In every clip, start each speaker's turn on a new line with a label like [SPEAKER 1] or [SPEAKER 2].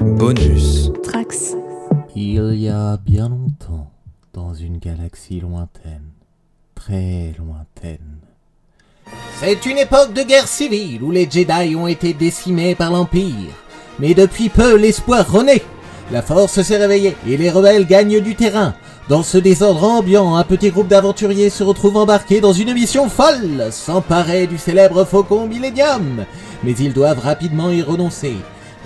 [SPEAKER 1] Bonus.
[SPEAKER 2] Trax.
[SPEAKER 3] Il y a bien longtemps, dans une galaxie lointaine, très lointaine. C'est une époque de guerre civile où les Jedi ont été décimés par l'Empire. Mais depuis peu, l'espoir renaît. La force s'est réveillée et les rebelles gagnent du terrain. Dans ce désordre ambiant, un petit groupe d'aventuriers se retrouve embarqué dans une mission folle, s'emparer du célèbre faucon Millennium. Mais ils doivent rapidement y renoncer.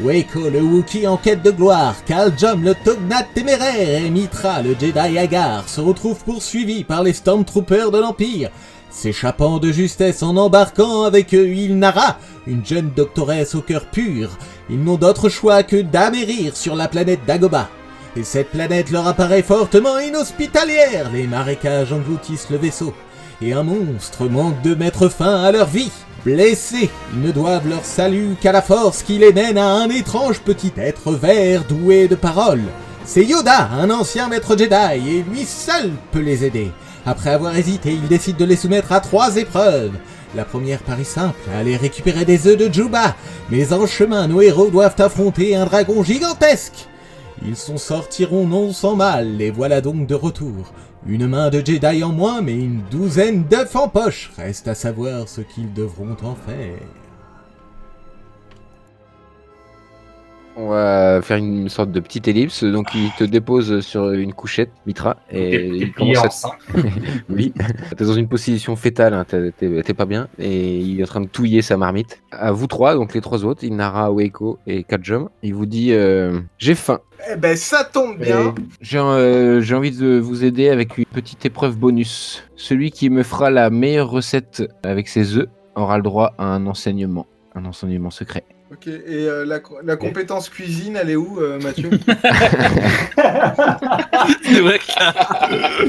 [SPEAKER 3] Waco, le Wookiee en quête de gloire, Kaljom, le Tognat téméraire et Mitra, le Jedi Agar, se retrouvent poursuivis par les Stormtroopers de l'Empire. S'échappant de justesse en embarquant avec eux Ilnara, une jeune doctoresse au cœur pur, ils n'ont d'autre choix que d'amérir sur la planète Dagoba. Et cette planète leur apparaît fortement inhospitalière, les marécages engloutissent le vaisseau, et un monstre manque de mettre fin à leur vie. Blessés, ils ne doivent leur salut qu'à la force qui les mène à un étrange petit être vert doué de paroles. C'est Yoda, un ancien maître Jedi, et lui seul peut les aider. Après avoir hésité, il décide de les soumettre à trois épreuves. La première paraît simple, aller récupérer des œufs de Juba, mais en chemin, nos héros doivent affronter un dragon gigantesque. Ils s'en sortiront non sans mal, et voilà donc de retour. Une main de Jedi en moins, mais une douzaine d'œufs en poche. Reste à savoir ce qu'ils devront en faire.
[SPEAKER 4] On va faire une sorte de petite ellipse. Donc, il te dépose sur une couchette, Mitra, et
[SPEAKER 5] T'es- t'es
[SPEAKER 4] il
[SPEAKER 5] plié
[SPEAKER 4] commence
[SPEAKER 5] en
[SPEAKER 4] à
[SPEAKER 5] cinq.
[SPEAKER 4] Oui, t'es dans une position fétale, hein, t'es- t'es t'es pas bien, et il est en train de touiller sa marmite. À vous trois, donc les trois autres, Inara, Weiko et Kajum, il vous dit euh, J'ai faim,
[SPEAKER 6] Eh ben, ça tombe bien.
[SPEAKER 4] Et j'ai euh, j'ai envie de vous aider avec une petite épreuve bonus. Celui qui me fera la meilleure recette avec ses œufs aura le droit à un enseignement, un enseignement secret.
[SPEAKER 6] Ok, et euh, la, co- la compétence cuisine, elle est où, euh, Mathieu
[SPEAKER 7] C'est vrai que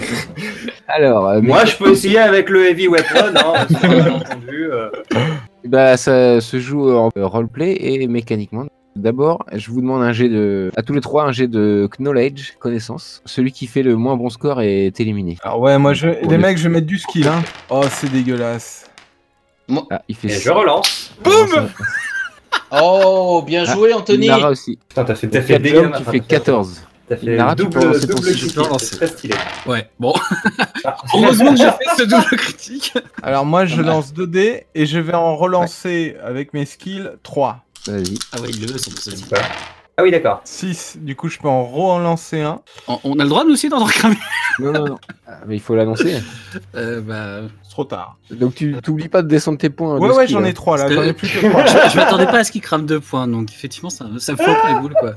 [SPEAKER 4] Alors, euh,
[SPEAKER 5] Moi, je peux essayer avec le heavy weapon, hein, parce que, bien entendu. euh,
[SPEAKER 4] Bah, ça se joue en euh, roleplay et mécaniquement. D'abord, je vous demande un jet de. à tous les trois, un jet de knowledge, connaissance. Celui qui fait le moins bon score est éliminé.
[SPEAKER 6] Alors ouais, moi je...
[SPEAKER 4] Pour
[SPEAKER 6] les
[SPEAKER 4] le-
[SPEAKER 6] mecs, je vais mettre du skill. Hein. Oh, c'est dégueulasse.
[SPEAKER 4] Ah, il fait
[SPEAKER 5] Et je relance.
[SPEAKER 4] Boum
[SPEAKER 8] Oh, bien joué, Anthony.
[SPEAKER 4] Nara aussi.
[SPEAKER 5] Putain, t'as fait, t'as fait
[SPEAKER 4] T'as
[SPEAKER 5] des gammes,
[SPEAKER 4] tu
[SPEAKER 5] t'as
[SPEAKER 4] fais
[SPEAKER 5] fait-
[SPEAKER 4] 14.
[SPEAKER 5] T'as fait
[SPEAKER 4] Lara, tu
[SPEAKER 5] double,
[SPEAKER 4] peux lancer ton
[SPEAKER 5] double
[SPEAKER 4] sujet.
[SPEAKER 5] critique, c'est très stylé.
[SPEAKER 7] Ouais, bon,
[SPEAKER 5] Ah,
[SPEAKER 7] heureusement que j'ai fait ce double critique.
[SPEAKER 6] Alors moi, je
[SPEAKER 7] Pas mal.
[SPEAKER 6] lance 2D et je vais en relancer avec mes skills 3.
[SPEAKER 4] Vas-y.
[SPEAKER 7] Ah ouais, il le veut, son petit.
[SPEAKER 5] Ah oui, d'accord.
[SPEAKER 6] 6, du coup je peux en relancer un.
[SPEAKER 7] On, on a le droit, nous aussi, d'en cramer
[SPEAKER 4] Non, non, non. Ah, mais il faut l'annoncer.
[SPEAKER 7] euh, bah...
[SPEAKER 6] C'est trop tard.
[SPEAKER 4] Donc, tu t'oublies pas de descendre tes points.
[SPEAKER 6] Ouais,
[SPEAKER 4] de
[SPEAKER 6] ouais,
[SPEAKER 4] skill,
[SPEAKER 6] j'en
[SPEAKER 4] hein.
[SPEAKER 6] ai 3 là,
[SPEAKER 7] Parce
[SPEAKER 6] j'en
[SPEAKER 7] que-
[SPEAKER 6] ai plus que 3.
[SPEAKER 7] Je m'attendais pas à ce qu'il crame deux points, donc effectivement, ça, ça me flotte les boules, quoi.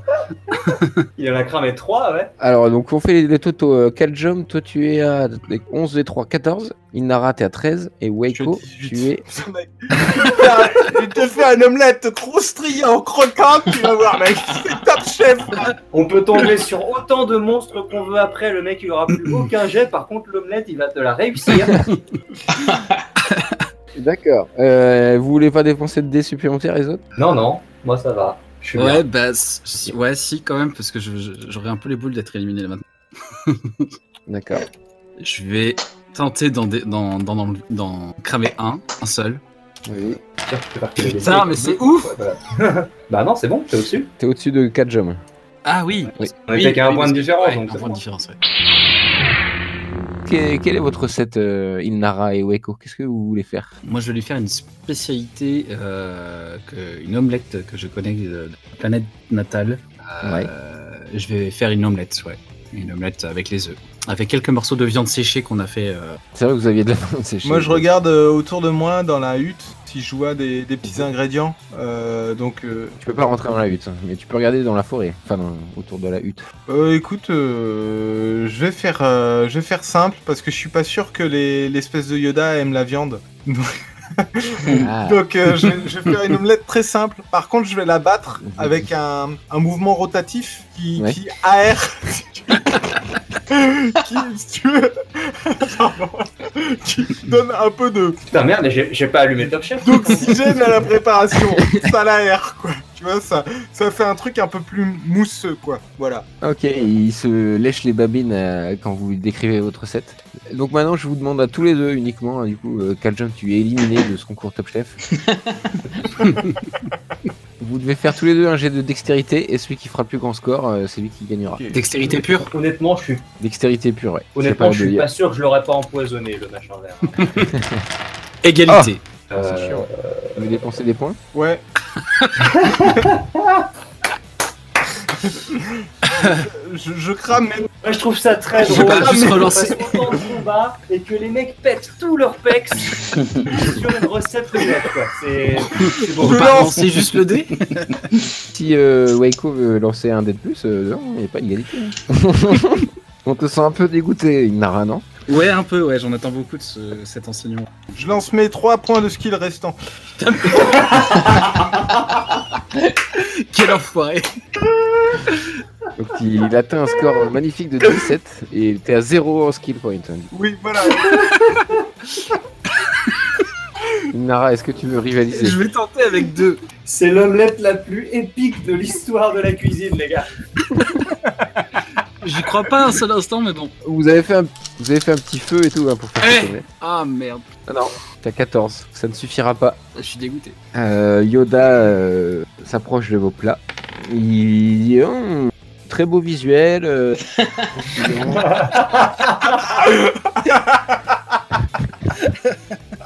[SPEAKER 5] Il en a cramé 3, ouais.
[SPEAKER 4] Alors, donc, on fait les, les totaux. euh, Kaljom, toi, tu es à 11 et 3, 14. Inara, t'es à 13. Et Weiko, tu es
[SPEAKER 6] Mec, Je te fais un omelette croustillée en croquant, tu vas voir, mec. C'est top chef.
[SPEAKER 5] On peut tomber sur autant de monstres qu'on veut après. Le mec, il aura plus aucun jet. Par contre, l'omelette, il va te la réussir.
[SPEAKER 4] D'accord. Euh, vous voulez pas dépenser de dés supplémentaires, les autres
[SPEAKER 5] non, non, moi ça va. Je suis bien.
[SPEAKER 7] Ouais, bah, si, ouais, si, quand même, parce que je- je- j'aurais un peu les boules d'être éliminé là maintenant.
[SPEAKER 4] D'accord.
[SPEAKER 7] Je vais tenter d'en dé- d'en- d'en- d'en- d'en cramer un, un seul.
[SPEAKER 4] Oui.
[SPEAKER 5] Tiens, je peux faire que les
[SPEAKER 7] Putain,
[SPEAKER 5] dés.
[SPEAKER 7] mais c'est ouf
[SPEAKER 5] Ouais, voilà. bah non, c'est bon, t'es au-dessus.
[SPEAKER 4] T'es au-dessus de 4 jambes.
[SPEAKER 7] Ah oui
[SPEAKER 4] Oui.
[SPEAKER 5] On était qu'à un point
[SPEAKER 7] parce
[SPEAKER 5] de
[SPEAKER 7] que-
[SPEAKER 5] différence,
[SPEAKER 7] ouais,
[SPEAKER 5] donc
[SPEAKER 7] un
[SPEAKER 5] c'est
[SPEAKER 7] point
[SPEAKER 5] bon.
[SPEAKER 7] de différence, ouais.
[SPEAKER 4] Que- quelle est votre recette, euh, Ilnara et Weko Qu'est-ce que vous voulez faire
[SPEAKER 7] Moi, je vais lui faire une spécialité, euh, que- une omelette que je connais de, de la planète natale. Euh, Je vais faire une omelette, ouais. Une omelette avec les œufs. Avec quelques morceaux de viande séchée qu'on a fait. euh,
[SPEAKER 4] C'est vrai que vous aviez de la viande séchée.
[SPEAKER 6] Moi, je regarde euh, autour de moi dans la hutte si je vois des, des petits ingrédients. Euh, donc, euh,
[SPEAKER 4] Tu peux pas rentrer dans la hutte, hein, mais tu peux regarder dans la forêt. Enfin, dans- autour de la hutte.
[SPEAKER 6] euh, écoute, euh, je vais faire, euh, je vais faire simple parce que je suis pas sûr que les- l'espèce de Yoda aime la viande.
[SPEAKER 4] Ah,
[SPEAKER 6] Donc, euh, je, vais, je vais faire une omelette très simple. Par contre, je vais la battre avec un, un mouvement rotatif qui,
[SPEAKER 4] Mhm. Ouais.
[SPEAKER 6] qui aère. si tu veux. qui, si tu veux, pardon, qui donne un peu de
[SPEAKER 5] Putain, merde, mais j'ai j'ai pas allumé Top Chef.
[SPEAKER 6] d'oxygène à la préparation. Ça l'aère, quoi. Tu vois, ça, ça fait un truc un peu plus mousseux, quoi. Voilà.
[SPEAKER 4] ok, il se lèche les babines euh, quand vous décrivez votre recette. Donc maintenant, je vous demande à tous les deux uniquement. hein, du coup, euh, Kaljum, tu es éliminé de ce concours Top Chef. Vous devez faire tous les deux un jet de dextérité et celui qui fera le plus grand score, euh, c'est lui qui gagnera.
[SPEAKER 6] Ok.
[SPEAKER 7] Dextérité pure
[SPEAKER 5] Honnêtement, je suis,
[SPEAKER 4] Dextérité pure, ouais. C'est
[SPEAKER 5] honnêtement,
[SPEAKER 4] pas
[SPEAKER 5] je suis
[SPEAKER 4] de-
[SPEAKER 5] pas sûr que je l'aurais pas empoisonné, le machin vert.
[SPEAKER 7] Égalité.
[SPEAKER 5] Euh,
[SPEAKER 6] chiant.
[SPEAKER 4] Vous dépensez des points
[SPEAKER 6] Ouais. je, je crame mes
[SPEAKER 5] Moi, je trouve ça très
[SPEAKER 7] Je
[SPEAKER 5] drôle.
[SPEAKER 7] vais pas juste
[SPEAKER 5] qu'on
[SPEAKER 7] relancer.
[SPEAKER 5] passe autant de combats et que les mecs pètent tout leur pecs sur une recette ouverte, quoi. C'est c'est
[SPEAKER 7] On
[SPEAKER 5] bon.
[SPEAKER 7] peut
[SPEAKER 6] Je
[SPEAKER 7] pas
[SPEAKER 6] lance.
[SPEAKER 7] lancer juste le dé
[SPEAKER 4] Si euh, Waiko veut lancer un dé de plus, euh, non, il n'y a pas d'égalité. On te sent un peu dégoûté, il n'a rien, non
[SPEAKER 7] Ouais, un peu, ouais, j'en attends beaucoup de ce- cet enseignement.
[SPEAKER 6] Je lance mes 3 points de skill restants.
[SPEAKER 7] Quel enfoiré
[SPEAKER 4] Donc il il atteint un score magnifique de 17 et t'es à 0 en skill point. hein.
[SPEAKER 6] Oui, voilà.
[SPEAKER 4] Nara, est-ce que tu veux rivaliser
[SPEAKER 7] Je vais tenter avec deux.
[SPEAKER 5] C'est l'omelette la plus épique de l'histoire de la cuisine, les gars.
[SPEAKER 7] J'y crois pas un seul instant, mais bon.
[SPEAKER 4] vous, avez fait un... vous avez fait un petit feu et tout hein, pour faire
[SPEAKER 7] Eh
[SPEAKER 4] cette omelette.
[SPEAKER 7] Ah merde,
[SPEAKER 4] Ah non, t'as 14, ça ne suffira pas.
[SPEAKER 7] je suis dégoûté.
[SPEAKER 4] Euh, Yoda euh, s'approche de vos plats. Il dit Hum, très beau visuel. euh,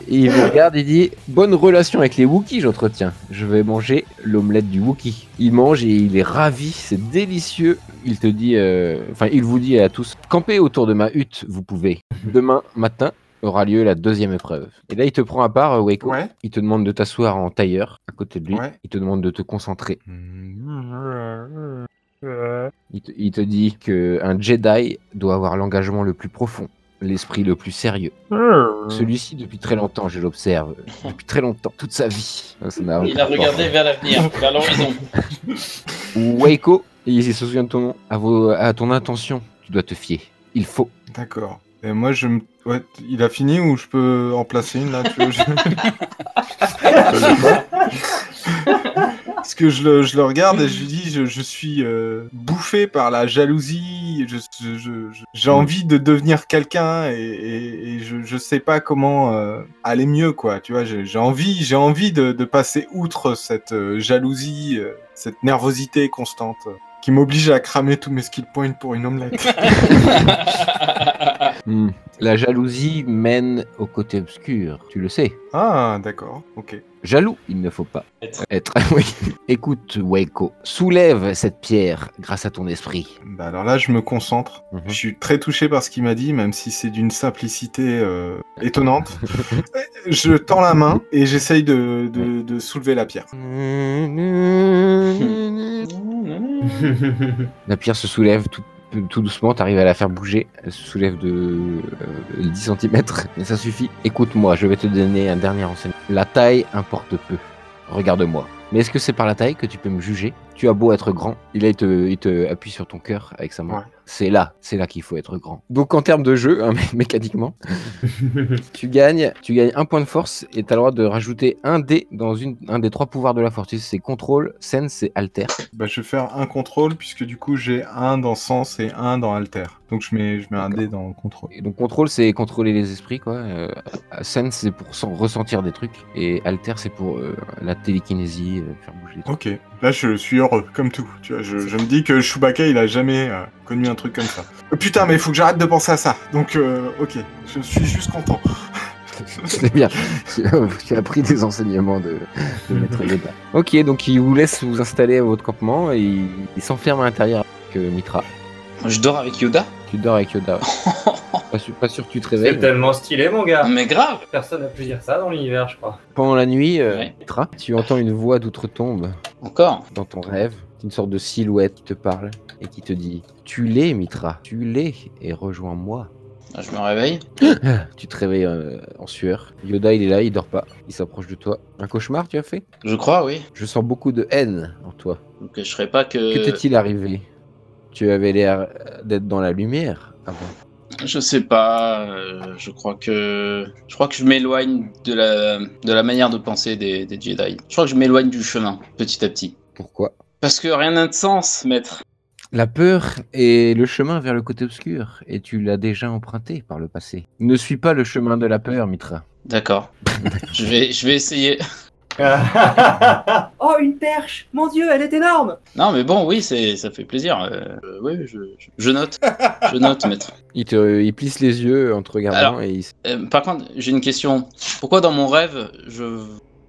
[SPEAKER 4] Et il vous regarde et dit Bonne relation avec les Wookiees, j'entretiens. Je vais manger l'omelette du Wookie. Il mange et il est ravi, c'est délicieux. Il te dit, euh, enfin, il vous dit à tous Campez autour de ma hutte, vous pouvez. Demain matin aura lieu la deuxième épreuve. Et là, il te prend à part, euh, Waco.
[SPEAKER 6] Ouais.
[SPEAKER 4] Il te demande de t'asseoir en tailleur à côté de lui.
[SPEAKER 6] Ouais.
[SPEAKER 4] Il te demande de te concentrer. Il te, il te dit que un Jedi doit avoir l'engagement le plus profond, l'esprit le plus sérieux. Celui-ci, depuis très longtemps, je l'observe. Depuis très longtemps, toute sa vie. Ça n'a-
[SPEAKER 8] Il a regardé vers l'avenir, vers l'horizon.
[SPEAKER 4] Waco, il se souvient de ton nom. À, vos- à ton intention, tu dois te fier. Il faut.
[SPEAKER 6] D'accord. Et moi, je me. Ouais, t- il a fini ou je peux en placer une là tu veux, je- Parce que je le, je le regarde et je lui dis je, je suis euh, bouffé par la jalousie, je- je- je- je- j'ai envie de devenir quelqu'un et, et- et je, je sais pas comment euh, aller mieux, quoi. Tu vois, j'ai j'ai envie, j'ai envie de, de passer outre cette euh, jalousie, euh, cette nervosité constante euh, qui m'oblige à cramer tous mes skill points pour une omelette.
[SPEAKER 4] Hmm. La jalousie mène au côté obscur. Tu le sais.
[SPEAKER 6] ah, d'accord, ok.
[SPEAKER 4] Jaloux, il ne faut pas
[SPEAKER 8] Être.
[SPEAKER 4] être. oui. Écoute, Waco, soulève cette pierre grâce à ton esprit.
[SPEAKER 6] Bah alors là, je me concentre.
[SPEAKER 4] Mhm.
[SPEAKER 6] Je suis très touché par ce qu'il m'a dit, même si c'est d'une simplicité euh, étonnante. je tends la main et j'essaye de, de- de soulever la pierre.
[SPEAKER 4] La pierre se soulève tout, tout doucement, t'arrives à la faire bouger. Elle se soulève de euh, 10 cm, et ça suffit. Écoute-moi, je vais te donner un dernier renseignement. La taille importe peu. Regarde-moi. Mais est-ce que c'est par la taille que tu peux me juger Tu as beau être grand, il, il, te, il te appuie sur ton cœur avec sa main.
[SPEAKER 6] Ouais.
[SPEAKER 4] C'est là, c'est là qu'il faut être grand. Donc en termes de jeu, hein, mé- mécaniquement, tu gagnes, tu gagnes un point de force et t'as le droit de rajouter un dé dans une, un des trois pouvoirs de la force. C'est contrôle, sense et alter.
[SPEAKER 6] Bah, je vais faire un contrôle, puisque du coup, j'ai un dans sens et un dans alter. Donc je mets, je mets un dé dans le contrôle.
[SPEAKER 4] Et donc contrôle, c'est contrôler les esprits, quoi. Euh, sense, c'est pour sen- ressentir des trucs. Et alter, c'est pour euh, la télékinésie, euh, faire bouger des trucs.
[SPEAKER 6] Ok, là je suis heureux, comme tout. Tu vois, je, je me dis que Chewbacca, il a jamais euh, connu un truc comme ça. Euh, putain, mais il faut que j'arrête de penser à ça. Donc, euh, ok, je suis juste content.
[SPEAKER 4] c'est bien. Tu tu as appris des enseignements de, de Maître Yoda. Ok, donc il vous laisse vous installer à votre campement et il, il s'enferme à l'intérieur avec euh, Mitra.
[SPEAKER 8] Je dors avec Yoda
[SPEAKER 4] Tu dors avec Yoda. pas, sûr, pas sûr que tu te
[SPEAKER 5] C'est
[SPEAKER 4] réveilles.
[SPEAKER 5] tellement stylé, mon gars.
[SPEAKER 8] Ah, Mais grave
[SPEAKER 5] Personne n'a pu dire ça dans l'univers, je crois.
[SPEAKER 4] Pendant la nuit, euh,
[SPEAKER 8] Ouais.
[SPEAKER 4] Mitra, tu entends une voix d'outre-tombe
[SPEAKER 8] Encore
[SPEAKER 4] dans ton rêve. C'est une sorte de silhouette qui te parle et qui te dit Tu l'es, Mitra, tu l'es et rejoins-moi.
[SPEAKER 8] Ah, Je me réveille.
[SPEAKER 4] Tu te réveilles euh, en sueur. Yoda, il est là, il dort pas. Il s'approche de toi. Un cauchemar, tu as fait
[SPEAKER 8] Je crois, oui.
[SPEAKER 4] Je sens beaucoup de haine en toi.
[SPEAKER 8] Donc je serais pas
[SPEAKER 4] Que
[SPEAKER 8] que...
[SPEAKER 4] t'est-il arrivé Tu avais l'air euh, d'être dans la lumière avant.
[SPEAKER 8] Je sais pas. euh, je crois que... Je crois que je m'éloigne de la... de la manière de penser des... des Jedi. Je crois que je m'éloigne du chemin, petit à petit.
[SPEAKER 4] Pourquoi
[SPEAKER 8] Parce que rien n'a de sens, maître.
[SPEAKER 4] La peur est le chemin vers le côté obscur, et tu l'as déjà emprunté par le passé. Ne suis pas le chemin de la peur, Mitra.
[SPEAKER 8] D'accord. je, vais... je vais essayer.
[SPEAKER 5] oh, une perche Mon dieu, elle est énorme
[SPEAKER 8] Non, mais bon, oui, c'est, ça fait plaisir. Euh, euh, oui, je, je- je note. Je note, maître.
[SPEAKER 4] Il, te, il plisse les yeux en te regardant
[SPEAKER 8] Alors.
[SPEAKER 4] et il...
[SPEAKER 8] Euh, par contre, j'ai une question. Pourquoi dans mon rêve, je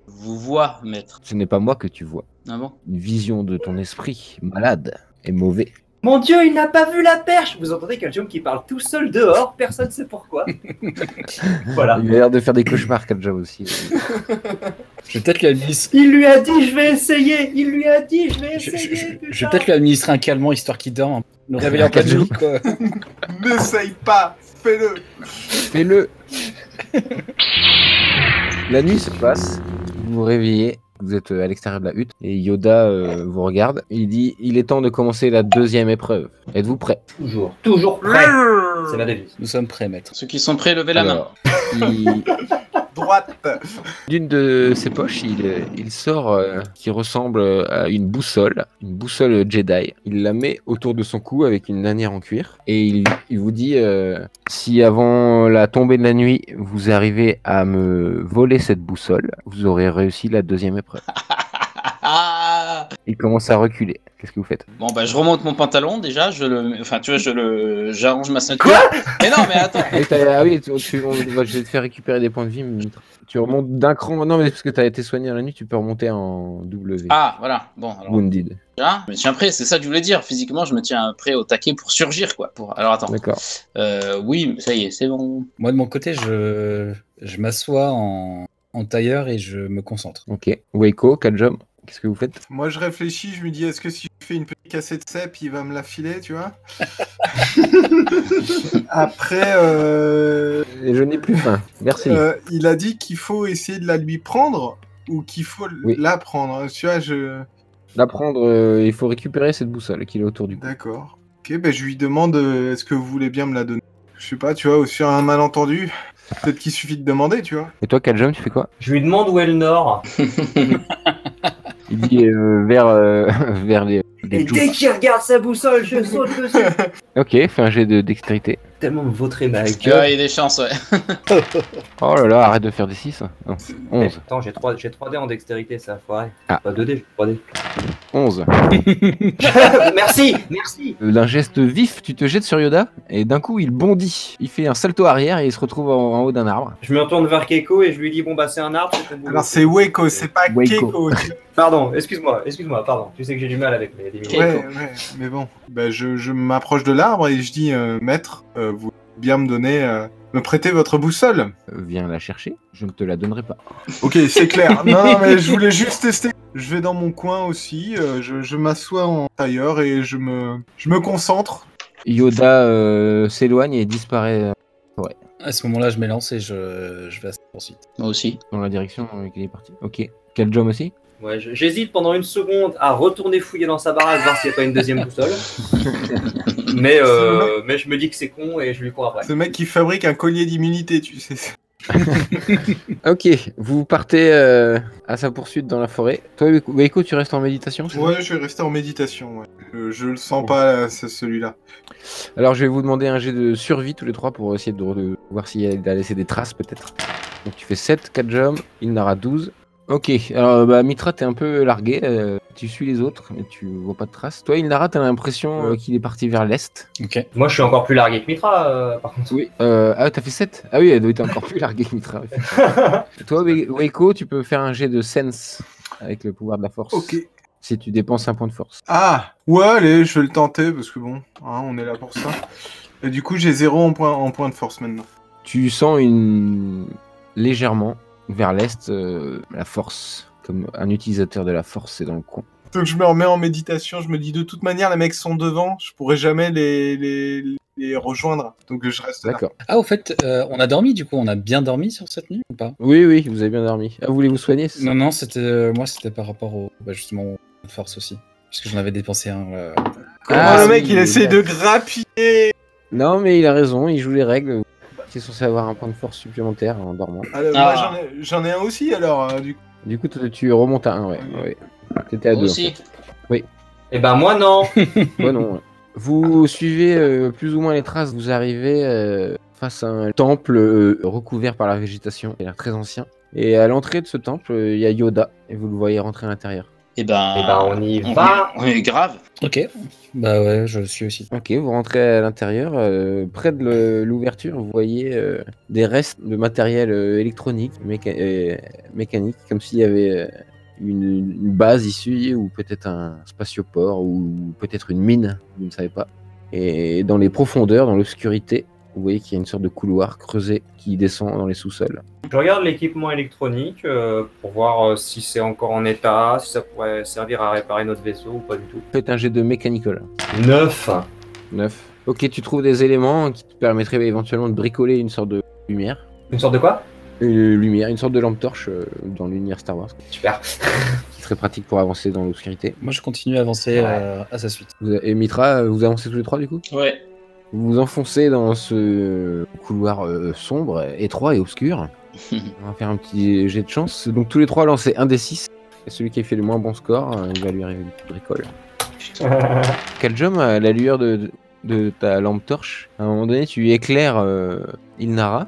[SPEAKER 8] vous vois, maître
[SPEAKER 4] ce n'est pas moi que tu vois.
[SPEAKER 8] Ah bon
[SPEAKER 4] Une vision de ton esprit malade et mauvais.
[SPEAKER 5] Mon dieu, il n'a pas vu la perche Vous entendez quelqu'un qui parle tout seul dehors, personne ne sait pourquoi. voilà.
[SPEAKER 4] Il a l'air de faire des cauchemars, Kadja aussi.
[SPEAKER 7] Je vais peut-être lui, administrer-
[SPEAKER 5] Il lui a dit, je vais essayer Il lui a dit, je vais
[SPEAKER 7] je- je-
[SPEAKER 5] essayer
[SPEAKER 7] je- je vais
[SPEAKER 5] putain.
[SPEAKER 7] peut-être lui administrer un calmant histoire qu'il dorme. Le réveiller en pleine nuit, quoi.
[SPEAKER 6] N'essaye pas, fais-le.
[SPEAKER 4] Fais-le La nuit se passe, vous vous réveillez, vous êtes euh, à l'extérieur de la hutte, et Yoda euh, vous regarde. Il dit Il est temps de commencer la deuxième épreuve. Êtes-vous prêt
[SPEAKER 5] Toujours, toujours prêt C'est la devise.
[SPEAKER 7] Nous sommes prêts, maître.
[SPEAKER 8] Ceux qui sont prêts, levez la main.
[SPEAKER 4] main
[SPEAKER 6] Droite.
[SPEAKER 4] D'une de ses poches, il, euh, il sort euh, qui ressemble euh, à une boussole, une boussole Jedi. Il la met autour de son cou avec une lanière en cuir et il, il vous dit euh, si avant la tombée de la nuit vous arrivez à me voler cette boussole, vous aurez réussi la deuxième épreuve.
[SPEAKER 8] Ah, ah, ah.
[SPEAKER 4] Il commence à reculer. Qu'est-ce que vous faites
[SPEAKER 8] Bon, bah, je remonte mon pantalon déjà. Je le, enfin, tu vois, je le, j'arrange ma ceinture. mais non, mais attends.
[SPEAKER 4] Ah oui, t'as- ah oui, tu, tu- on va- je vais te faire récupérer des points de vie. mais Tu remontes d'un cran. Non, mais parce que t'as été soigné dans la nuit, tu peux remonter en W.
[SPEAKER 8] Ah, voilà. Bon, alors
[SPEAKER 4] Wounded.
[SPEAKER 8] déjà, je me tiens prêt. C'est ça que je voulais dire. Physiquement, je me tiens prêt au taquet pour surgir, quoi. Pour. Alors attends.
[SPEAKER 4] D'accord.
[SPEAKER 8] Euh, oui, ça y est, c'est bon.
[SPEAKER 7] Moi, de mon côté, je, je m'assois en... en tailleur et je me concentre.
[SPEAKER 4] Ok. Waco, Kajom, qu'est-ce que vous faites
[SPEAKER 6] Moi, je réfléchis, je me dis, est-ce que si je fais une petite cassette cèpe, il va me la filer, tu vois Après, euh,
[SPEAKER 4] Et je n'ai plus faim. Merci.
[SPEAKER 6] euh, il a dit qu'il faut essayer de la lui prendre ou qu'il faut
[SPEAKER 4] Oui.
[SPEAKER 6] la prendre. hein. Tu vois, je.
[SPEAKER 4] D'apprendre, euh, il faut récupérer cette boussole qui est autour du cou.
[SPEAKER 6] D'accord. Ok, ben je lui demande, euh, est-ce que vous voulez bien me la donner Je sais pas, tu vois, ou sur un malentendu, peut-être qu'il suffit de demander, tu vois.
[SPEAKER 4] Et toi, Kaljom, tu fais quoi
[SPEAKER 5] Je lui demande où est le nord.
[SPEAKER 4] Il dit euh, vers, euh, vers les. les
[SPEAKER 5] Et dès
[SPEAKER 4] Jubas.
[SPEAKER 5] qu'il regarde sa boussole, je saute dessus.
[SPEAKER 4] Ok, fais un jet de dextérité.
[SPEAKER 5] Tellement me vautrer ma
[SPEAKER 8] Ah,
[SPEAKER 5] gueule.
[SPEAKER 8] il y a des chances, ouais.
[SPEAKER 4] Oh là là, arrête de faire des 6. Non, 11.
[SPEAKER 5] Attends, j'ai 3, j'ai 3D en euh, dextérité, ça foiré.
[SPEAKER 4] Ah.
[SPEAKER 5] Pas 2D, j'ai 3D.
[SPEAKER 4] 11.
[SPEAKER 5] merci, merci.
[SPEAKER 4] Euh, D'un geste vif, tu te jettes sur Yoda et d'un coup, il bondit. Il fait un salto arrière et il se retrouve en, en haut d'un arbre.
[SPEAKER 5] Je me retourne vers Keiko et je lui dis bon bah c'est un arbre. ton boulot.
[SPEAKER 6] Alors c'est Weko, c'est pas
[SPEAKER 4] Weko.
[SPEAKER 6] Keiko. tu
[SPEAKER 5] Pardon, excuse-moi, excuse-moi, pardon. Tu sais que j'ai du mal avec les les
[SPEAKER 8] Keiko.
[SPEAKER 6] Ouais, ouais, mais bon. Bah, je je m'approche de l'arbre et je dis, euh, maître, euh, vous voulez bien me donner, euh, me prêter votre boussole.
[SPEAKER 4] Euh, Viens la chercher, je ne te la donnerai pas.
[SPEAKER 6] Ok, c'est clair. non, non, mais je voulais juste tester. Je vais dans mon coin aussi, euh, je, je m'assois en tailleur et je me, je me concentre.
[SPEAKER 4] Yoda euh, s'éloigne et disparaît euh,
[SPEAKER 7] À ce moment-là, je m'élance et je, je vais à sa poursuite.
[SPEAKER 8] Moi aussi.
[SPEAKER 4] dans la direction dans laquelle il est parti. Ok. Kaljom aussi
[SPEAKER 5] Ouais, je- j'hésite pendant une seconde à retourner fouiller dans sa baraque, voir s'il n'y a pas une deuxième boussole. mais, euh, mais je me dis que c'est con et je lui cours après.
[SPEAKER 6] Ce mec qui fabrique un collier d'immunité, tu sais.
[SPEAKER 4] Ok, vous partez euh, à sa poursuite dans la forêt. Toi, Weiko- Weiko, tu restes en méditation c'est ça
[SPEAKER 6] Ouais, Oh. je vais rester en méditation. ouais. Je, je le sens pas, là, ce- celui-là.
[SPEAKER 4] Alors, je vais vous demander un jet de survie tous les trois pour essayer de, de voir s'il a- il a laissé des traces, peut-être. Donc, tu fais 7, 4 jumps, il en aura 12. Ok, alors bah, Mitra, t'es un peu largué, euh, tu suis les autres, mais tu vois pas de traces. Toi, Ilnara, t'as l'impression euh, qu'il est parti vers l'est.
[SPEAKER 7] Ok.
[SPEAKER 5] Moi, je suis encore plus largué que Mitra, euh, par contre.
[SPEAKER 4] Oui. Euh, ah, t'as fait 7 Ah oui, elle doit être encore plus larguée que Mitra. effectivement. toi, We- Weiko, tu peux faire un jet de sense avec le pouvoir de la force.
[SPEAKER 6] Ok.
[SPEAKER 4] Si tu dépenses un point de force.
[SPEAKER 6] Ah Ouais, allez, je vais le tenter, parce que bon, hein, on est là pour ça. Et du coup, j'ai zéro en point, en point de force maintenant.
[SPEAKER 4] tu sens une légèrement vers l'est euh, la force comme un utilisateur de la force c'est dans le con
[SPEAKER 6] Donc je me remets en méditation, je me dis de toute manière, les mecs sont devant, je pourrais jamais les, les, les rejoindre. Donc je reste là.
[SPEAKER 4] d'accord
[SPEAKER 7] Ah, au fait, euh, on a dormi du coup, on a bien dormi sur cette nuit ou pas
[SPEAKER 4] oui oui vous avez bien dormi ah, vous voulez vous soigner c'est ça
[SPEAKER 7] Non, non, c'était euh, moi, c'était par rapport au bah, justement aux forces aussi, parce que j'en avais dépensé un. euh.
[SPEAKER 6] Comment
[SPEAKER 4] Ah,
[SPEAKER 6] le mec,
[SPEAKER 4] oui,
[SPEAKER 6] il essaie de
[SPEAKER 4] d'accord.
[SPEAKER 6] grappiller
[SPEAKER 4] non mais il a raison il joue les règles qui est censé avoir un point de force supplémentaire en dormant
[SPEAKER 6] Alors,
[SPEAKER 8] Ah.
[SPEAKER 6] moi, bah, j'en ai- j'en ai, un aussi, alors, euh, du coup.
[SPEAKER 4] du coup toi, tu remontes à 1 ouais, ouais. t'étais à
[SPEAKER 8] Moi
[SPEAKER 4] 2
[SPEAKER 8] aussi.
[SPEAKER 5] Eh ben, moi, non.
[SPEAKER 4] Ouais, non, ouais. Vous suivez euh, plus ou moins les traces, vous arrivez euh, face à un temple euh, recouvert par la végétation, il a l'air très ancien. Et à l'entrée de ce temple, euh, il y a Yoda, et vous le voyez rentrer à l'intérieur.
[SPEAKER 8] Et ben,
[SPEAKER 5] Eh ben, on y
[SPEAKER 4] Ah.
[SPEAKER 8] on-
[SPEAKER 5] va.
[SPEAKER 8] on est grave.
[SPEAKER 7] Ok. Bah ouais, je le suis aussi.
[SPEAKER 4] Ok, vous rentrez à l'intérieur. euh, près de le- l'ouverture, vous voyez euh, des restes de matériel euh, électronique, méca- euh, mécanique, comme s'il y avait euh, une, une base ici, ou peut-être un spatioport, ou peut-être une mine, vous ne savez pas. Et dans les profondeurs, dans l'obscurité, vous voyez qu'il y a une sorte de couloir creusé qui descend dans les sous-sols.
[SPEAKER 5] Je regarde l'équipement électronique euh, pour voir euh, si c'est encore en état, si ça pourrait servir à réparer notre vaisseau ou pas du tout.
[SPEAKER 4] Faites un jet de mécanicole.
[SPEAKER 5] 9
[SPEAKER 4] 9. Ok, tu trouves des éléments qui te permettraient éventuellement de bricoler une sorte de lumière.
[SPEAKER 5] Une sorte de quoi
[SPEAKER 4] Une lumière, une sorte de lampe torche euh, dans l'univers Star Wars,
[SPEAKER 5] Super.
[SPEAKER 4] qui serait pratique pour avancer dans l'obscurité.
[SPEAKER 7] Moi, je continue à avancer
[SPEAKER 5] Ouais.
[SPEAKER 7] euh, à sa suite.
[SPEAKER 4] Vous a- Et Mitra, euh, vous avancez tous les trois du coup
[SPEAKER 8] Ouais.
[SPEAKER 4] Vous vous enfoncez dans ce couloir euh, sombre, étroit et obscur. On va faire un petit jet de chance. Donc tous les trois lancez un des 6. Et celui qui a fait le moins bon score, euh, il va lui arriver une petite bricole. Kaljom, à euh, la lueur de, de ta lampe torche, à un moment donné, tu éclaires euh, Ilnara,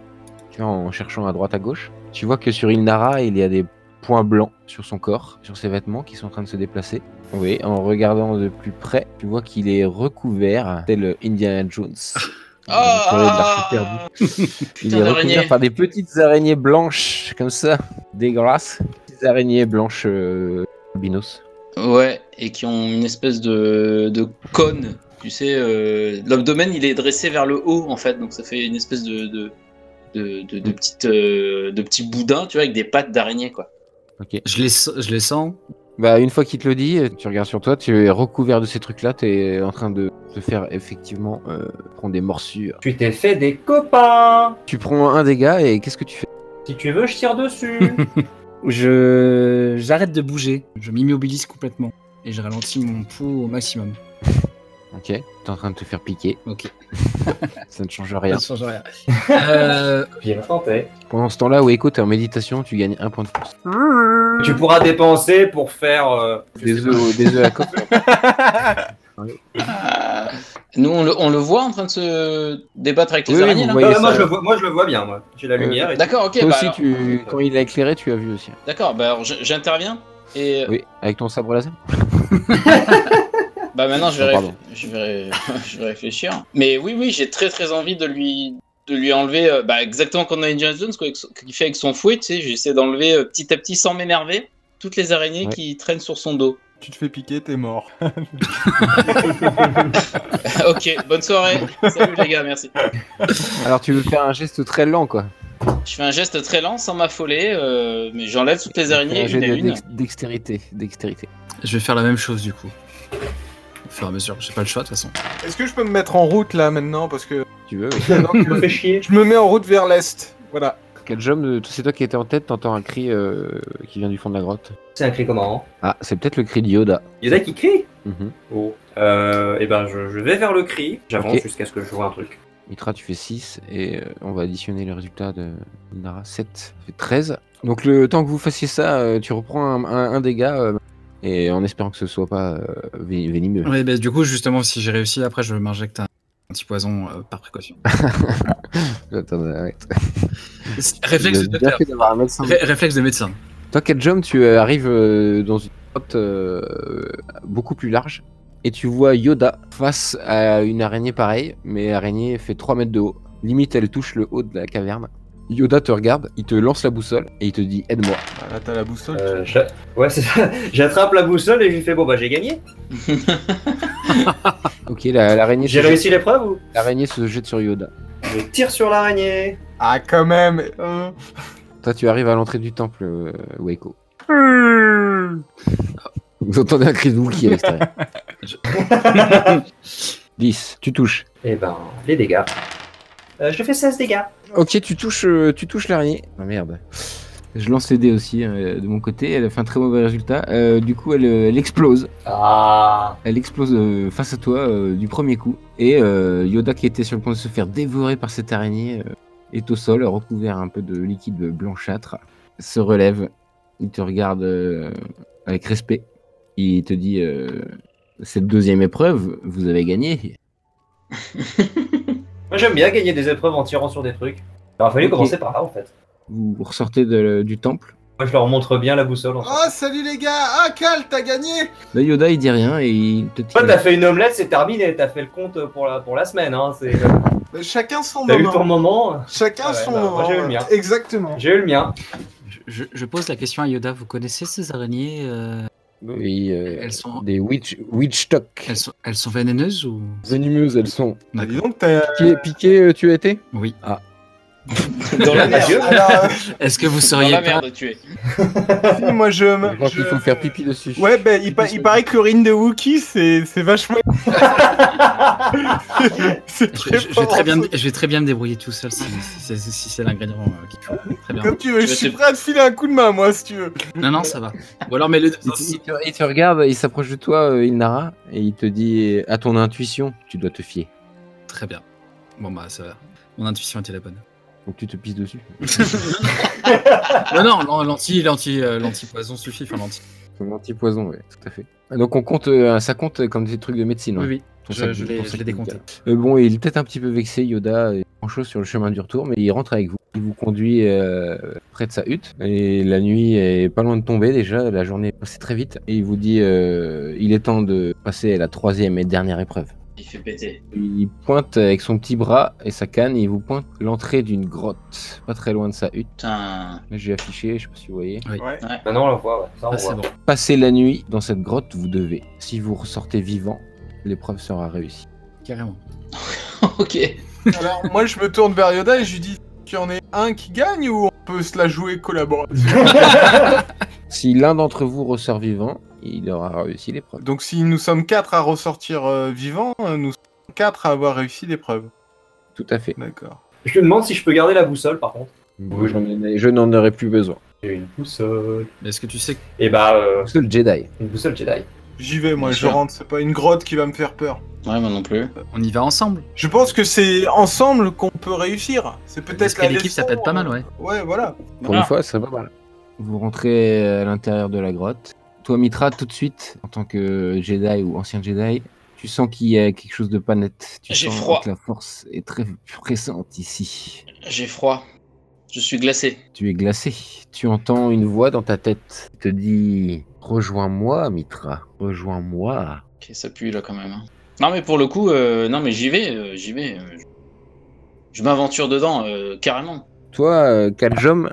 [SPEAKER 4] tu vois, en cherchant à droite à gauche. Tu vois que sur Ilnara, il y a des points blancs sur son corps, sur ses vêtements qui sont en train de se déplacer. Oui, en regardant de plus près, tu vois qu'il est recouvert, tel Indiana Jones.
[SPEAKER 8] Ah,
[SPEAKER 4] Dans le toilette de
[SPEAKER 8] ah,
[SPEAKER 4] l'archipel.
[SPEAKER 8] ah,
[SPEAKER 4] Il
[SPEAKER 8] Putain
[SPEAKER 4] est
[SPEAKER 8] d'araignée.
[SPEAKER 4] recouvert par des petites araignées blanches, comme ça, dégueulasses. Des araignées blanches euh, albinos.
[SPEAKER 8] Ouais, et qui ont une espèce de, de cône. Tu sais, euh, l'abdomen il est dressé vers le haut en fait, donc ça fait une espèce de de, de, de, de petite, euh, de petit boudin, tu vois, avec des pattes d'araignée quoi.
[SPEAKER 4] Ok.
[SPEAKER 7] Je les, je les sens.
[SPEAKER 4] Bah, une fois qu'il te le dit, tu regardes sur toi, tu es recouvert de ces trucs-là, tu es en train de te faire effectivement euh, prendre des morsures.
[SPEAKER 5] tu t'es fait des copains
[SPEAKER 4] Tu prends un dégât et qu'est-ce que tu fais
[SPEAKER 5] Si tu veux, je tire dessus
[SPEAKER 7] Je j'arrête de bouger. Je m'immobilise complètement et je ralentis mon pouls au maximum.
[SPEAKER 4] Ok, t'es en train de te faire piquer,
[SPEAKER 7] Ok.
[SPEAKER 4] ça ne change rien.
[SPEAKER 7] Ça change rien. Euh,
[SPEAKER 5] Bien tenté.
[SPEAKER 4] Pendant ce temps-là, Weiko, t'es en méditation, tu gagnes un point de force.
[SPEAKER 5] Tu pourras dépenser pour faire. euh, je sais
[SPEAKER 4] Des œufs des œufs à coque.
[SPEAKER 8] Ah, nous on le, on le voit en train de se débattre avec les
[SPEAKER 4] Oui, oui,
[SPEAKER 8] araignées
[SPEAKER 4] vous
[SPEAKER 8] là
[SPEAKER 5] pas.
[SPEAKER 4] voyez
[SPEAKER 5] Ah, moi,
[SPEAKER 4] ça.
[SPEAKER 5] je le vois, moi, je le vois bien, moi. J'ai la
[SPEAKER 4] Euh,
[SPEAKER 5] lumière et
[SPEAKER 8] D'accord, ok,
[SPEAKER 4] Toi
[SPEAKER 8] bah
[SPEAKER 4] aussi,
[SPEAKER 8] alors-
[SPEAKER 4] tu... quand il a éclairé, tu as vu aussi.
[SPEAKER 8] d'accord, bah alors j- j'interviens et
[SPEAKER 4] Oui, avec ton sabre laser
[SPEAKER 8] Bah maintenant je
[SPEAKER 4] Oh,
[SPEAKER 8] vais,
[SPEAKER 4] pardon.
[SPEAKER 8] réfl- je, vais... je vais réfléchir. Mais oui, oui, j'ai très très envie de lui, de lui enlever euh, bah, exactement comme dans Indiana Jones, quoi, avec son- qu'il fait avec son fouet, tu sais, j'essaie d'enlever euh, petit à petit sans m'énerver toutes les araignées
[SPEAKER 4] Ouais.
[SPEAKER 8] qui traînent sur son dos.
[SPEAKER 6] Tu te fais piquer, t'es mort.
[SPEAKER 8] ok, bonne soirée. Salut les gars, merci.
[SPEAKER 4] Alors tu veux faire un geste très lent quoi.
[SPEAKER 8] Je fais un geste très lent sans m'affoler, euh, mais j'enlève toutes les araignées
[SPEAKER 4] Un jet
[SPEAKER 8] une à
[SPEAKER 4] de
[SPEAKER 8] une.
[SPEAKER 4] dex- dextérité, dextérité.
[SPEAKER 7] je vais faire la même chose du coup. Au fur et à mesure, j'ai pas le choix de toute façon.
[SPEAKER 6] Est-ce que je peux me mettre en route là maintenant Parce que
[SPEAKER 4] Tu veux oui.
[SPEAKER 6] maintenant
[SPEAKER 5] Je me
[SPEAKER 6] que-
[SPEAKER 5] fais chier.
[SPEAKER 6] je me mets en route vers l'est. Voilà.
[SPEAKER 4] Kaljom, euh, c'est toi qui étais en tête, t'entends un cri euh, qui vient du fond de la grotte.
[SPEAKER 5] C'est un cri comment
[SPEAKER 4] Ah, c'est peut-être le cri de Yoda.
[SPEAKER 5] hein Yoda qui crie
[SPEAKER 4] Mhm.
[SPEAKER 5] Oh. Euh, et ben, je, je vais vers le cri. J'avance
[SPEAKER 4] Ok.
[SPEAKER 5] jusqu'à ce que je vois un truc.
[SPEAKER 4] Mitra, tu fais 6 et euh, on va additionner les résultats de Nara. 7, ça fait 13. Donc le temps que vous fassiez ça, euh, tu reprends un, un- un dégât euh, et en espérant que ce soit pas euh, vé- venimeux.
[SPEAKER 7] Ouais, bah, du coup, justement, si j'ai réussi, après, je m'injecte un petit poison euh, par précaution.
[SPEAKER 4] Attends, arrête.
[SPEAKER 7] C'est- réflexe
[SPEAKER 4] Il a
[SPEAKER 7] de
[SPEAKER 4] bien
[SPEAKER 7] docteur.
[SPEAKER 4] fait d'avoir un médecin.
[SPEAKER 7] Ré- réflexe de médecin.
[SPEAKER 4] Toi, Kaljom, tu euh, arrives euh, dans une grotte euh, beaucoup plus large et tu vois Yoda face à une araignée pareille, mais l'araignée fait 3 mètres de haut. Limite, elle touche le haut de la caverne. Yoda te regarde, il te lance la boussole et il te dit aide-moi.
[SPEAKER 6] Ah, Là, t'as la boussole.
[SPEAKER 5] Euh, j'a- Ouais, c'est ça. J'attrape la boussole et je lui fais bon bah j'ai gagné.
[SPEAKER 4] Ok, la- l'araignée
[SPEAKER 5] J'ai
[SPEAKER 4] se, jette-
[SPEAKER 5] réussi l'épreuve ou
[SPEAKER 4] l'araignée se jette sur Yoda.
[SPEAKER 5] Je tire sur l'araignée.
[SPEAKER 6] Ah, quand même euh.
[SPEAKER 4] Toi, tu arrives à l'entrée du temple, euh, Waco. Vous entendez un cri de Wookie à l'extérieur.
[SPEAKER 7] Je-
[SPEAKER 4] 10, tu touches.
[SPEAKER 5] Et ben les dégâts. Euh, je fais 16 dégâts.
[SPEAKER 4] Ok, tu touches, euh, tu touches l'araignée. Ah merde. Je lance les dés aussi euh, de mon côté. Elle a fait un très mauvais résultat. Euh, du coup, elle, euh, elle explose.
[SPEAKER 5] Ah.
[SPEAKER 4] Elle explose euh, face à toi euh, du premier coup. Et euh, Yoda, qui était sur le point de se faire dévorer par cette araignée, euh, est au sol, recouvert un peu de liquide blanchâtre. Se relève. Il te regarde euh, avec respect. Il te dit euh, Cette deuxième épreuve, vous avez gagné.
[SPEAKER 5] Moi j'aime bien gagner des épreuves en tirant sur des trucs. Il aurait fallu
[SPEAKER 4] Ok.
[SPEAKER 5] commencer par là en fait.
[SPEAKER 4] Vous vous ressortez de- du temple.
[SPEAKER 5] Moi, je leur montre bien la boussole. En fait.
[SPEAKER 6] Oh, salut les gars Ah, Cal, t'as gagné
[SPEAKER 4] Là, Yoda, il dit rien et il te
[SPEAKER 5] Toi,
[SPEAKER 4] tire.
[SPEAKER 5] t'as fait une omelette, c'est terminé. T'as fait le compte pour la, pour la semaine. Hein. c'est-
[SPEAKER 6] Bah, Chacun son
[SPEAKER 5] T'as eu ton
[SPEAKER 6] moment.
[SPEAKER 5] moment.
[SPEAKER 6] Chacun
[SPEAKER 5] Ah ouais,
[SPEAKER 6] son
[SPEAKER 5] bah, moi,
[SPEAKER 6] moment.
[SPEAKER 5] j'ai eu le mien.
[SPEAKER 6] Exactement.
[SPEAKER 5] J'ai eu le mien.
[SPEAKER 7] Je, je- je pose la question à Yoda. Vous connaissez ces araignées euh,
[SPEAKER 4] Oui, euh,
[SPEAKER 7] Elles sont-
[SPEAKER 4] des witch, witch talk.
[SPEAKER 7] elles, sont, elles sont vénéneuses ou
[SPEAKER 4] Venimeuses, elles sont.
[SPEAKER 6] Bah, dis donc, t'as...
[SPEAKER 4] Piqué, piqué, euh, tu as été
[SPEAKER 7] Oui.
[SPEAKER 8] Dans la merde.
[SPEAKER 6] Ah, Alors, euh,
[SPEAKER 7] Est-ce que vous
[SPEAKER 8] Dans
[SPEAKER 7] seriez
[SPEAKER 8] la
[SPEAKER 7] pas
[SPEAKER 8] merde, tu es.
[SPEAKER 6] si, moi, je... me-
[SPEAKER 4] Je crois
[SPEAKER 6] je-
[SPEAKER 4] qu'il faut faire pipi dessus.
[SPEAKER 6] Ouais, ben, il, pa- il paraît que l'urine de Wookie, c'est c'est vachement... c'est
[SPEAKER 7] je,
[SPEAKER 6] très
[SPEAKER 7] je- je vais très
[SPEAKER 6] fort. hein.
[SPEAKER 7] bien, me- je vais très bien me débrouiller tout seul si, si c'est- si c'est l'ingrédient euh, qu'il faut. Très bien.
[SPEAKER 6] Comme tu veux,
[SPEAKER 8] Tu
[SPEAKER 6] je
[SPEAKER 8] vas
[SPEAKER 6] suis
[SPEAKER 8] te-
[SPEAKER 6] prêt à te filer un coup de main, moi, si tu veux.
[SPEAKER 7] Non, non, ça va. Ou alors, mais le.
[SPEAKER 4] Il te, il te- il te regarde, il s'approche de toi, euh, Ilnara, et il te dit euh, à ton intuition, tu dois te fier.
[SPEAKER 7] Très bien. Bon, bah, ça va. Mon intuition était la bonne.
[SPEAKER 4] Donc tu te pisses dessus.
[SPEAKER 7] Non, non, l'an- l'anti, l'anti, euh, l'anti-poison suffit. Enfin, l'anti.
[SPEAKER 4] C'est un petit poison, ouais, tout à fait. Donc on compte, euh, ça compte comme des trucs de médecine.
[SPEAKER 7] Oui,
[SPEAKER 4] hein,
[SPEAKER 7] oui.
[SPEAKER 4] ton sac
[SPEAKER 7] Je, je
[SPEAKER 4] de-
[SPEAKER 7] l'ai
[SPEAKER 4] ton
[SPEAKER 7] je
[SPEAKER 4] sac
[SPEAKER 7] l'ai
[SPEAKER 4] médical.
[SPEAKER 7] décompté.
[SPEAKER 4] Euh, bon, il est peut-être un petit peu vexé, Yoda, et en chose sur le chemin du retour, mais il rentre avec vous. Il vous conduit euh, près de sa hutte, et la nuit est pas loin de tomber déjà, la journée est passée très vite, et il vous dit euh, il est temps de passer à la troisième et dernière épreuve.
[SPEAKER 8] Il fait péter.
[SPEAKER 4] Il pointe avec son petit bras et sa canne, et il vous pointe l'entrée d'une grotte, pas très loin de sa hutte.
[SPEAKER 8] Putain.
[SPEAKER 4] Là, j'ai affiché, je sais pas si vous voyez.
[SPEAKER 6] Ouais.
[SPEAKER 5] Maintenant, on la voit. Ouais. Ça, on
[SPEAKER 7] Ah, c'est
[SPEAKER 5] voit.
[SPEAKER 7] bon.
[SPEAKER 4] Passer la nuit dans cette grotte, vous devez. Si vous ressortez vivant, l'épreuve sera réussie.
[SPEAKER 7] Carrément.
[SPEAKER 8] ok.
[SPEAKER 6] Alors, moi, je me tourne vers Yoda et je lui dis, tu en es un qui gagne ou on peut se la jouer collaborative
[SPEAKER 4] Si l'un d'entre vous ressort vivant, il aura réussi l'épreuve.
[SPEAKER 6] Donc, si nous sommes quatre à ressortir euh, vivants, euh, nous sommes quatre à avoir réussi l'épreuve.
[SPEAKER 4] Tout à fait.
[SPEAKER 6] D'accord.
[SPEAKER 5] Je te demande si je peux garder la boussole, par contre.
[SPEAKER 4] Moi, j'en ai- je n'en aurais plus besoin.
[SPEAKER 5] J'ai une boussole.
[SPEAKER 7] Mais est-ce que tu sais.
[SPEAKER 5] Et bah, euh,
[SPEAKER 4] Parce que le Jedi.
[SPEAKER 5] une boussole Jedi.
[SPEAKER 6] J'y vais, moi,
[SPEAKER 8] Bien
[SPEAKER 6] je
[SPEAKER 8] sûr.
[SPEAKER 6] rentre. C'est pas une grotte qui va me faire peur.
[SPEAKER 8] Ouais, moi non plus.
[SPEAKER 7] On y va ensemble.
[SPEAKER 6] Je pense que c'est ensemble qu'on peut réussir. C'est peut-être
[SPEAKER 7] L'esprit
[SPEAKER 6] la
[SPEAKER 7] d'équipe, ça
[SPEAKER 6] leçon,
[SPEAKER 7] peut être pas mal,
[SPEAKER 6] euh,
[SPEAKER 7] ouais.
[SPEAKER 6] Ouais, voilà.
[SPEAKER 4] Pour
[SPEAKER 8] Ah.
[SPEAKER 4] une fois, ce serait pas mal. Vous rentrez à l'intérieur de la grotte. Toi, Mitra, tout de suite, en tant que Jedi ou ancien Jedi, tu sens qu'il y a quelque chose de pas net. Tu
[SPEAKER 8] J'ai
[SPEAKER 4] sens
[SPEAKER 8] froid.
[SPEAKER 4] que la force est très présente ici.
[SPEAKER 8] J'ai froid. Je suis glacé.
[SPEAKER 4] Tu es glacé. Tu entends une voix dans ta tête qui te dit Rejoins-moi, Mitra. Rejoins-moi.
[SPEAKER 8] Ok, ça pue là quand même. hein. Non mais pour le coup, euh, non mais j'y vais, euh, j'y vais. euh, je- je m'aventure dedans, euh, carrément.
[SPEAKER 4] Toi, euh, Kaljom,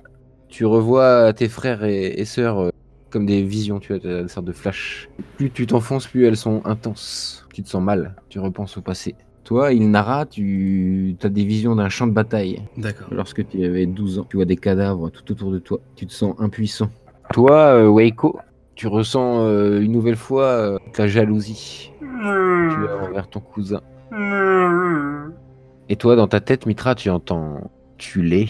[SPEAKER 4] tu revois tes frères et, et sœurs euh, comme des visions. Tu as une sorte de flash. Plus tu t'enfonces, plus elles sont intenses. Tu te sens mal. Tu repenses au passé. Toi, Ilnara, tu as des visions d'un champ de bataille.
[SPEAKER 7] D'accord.
[SPEAKER 4] Lorsque tu avais 12 ans, tu vois des cadavres tout autour de toi. Tu te sens impuissant. Toi, euh, Weiko, tu ressens euh, une nouvelle fois euh, de la jalousie tu
[SPEAKER 5] Mmh.
[SPEAKER 4] as envers ton cousin.
[SPEAKER 7] Mmh.
[SPEAKER 4] Et toi, dans ta tête, Mitra, tu entends Tu l'es,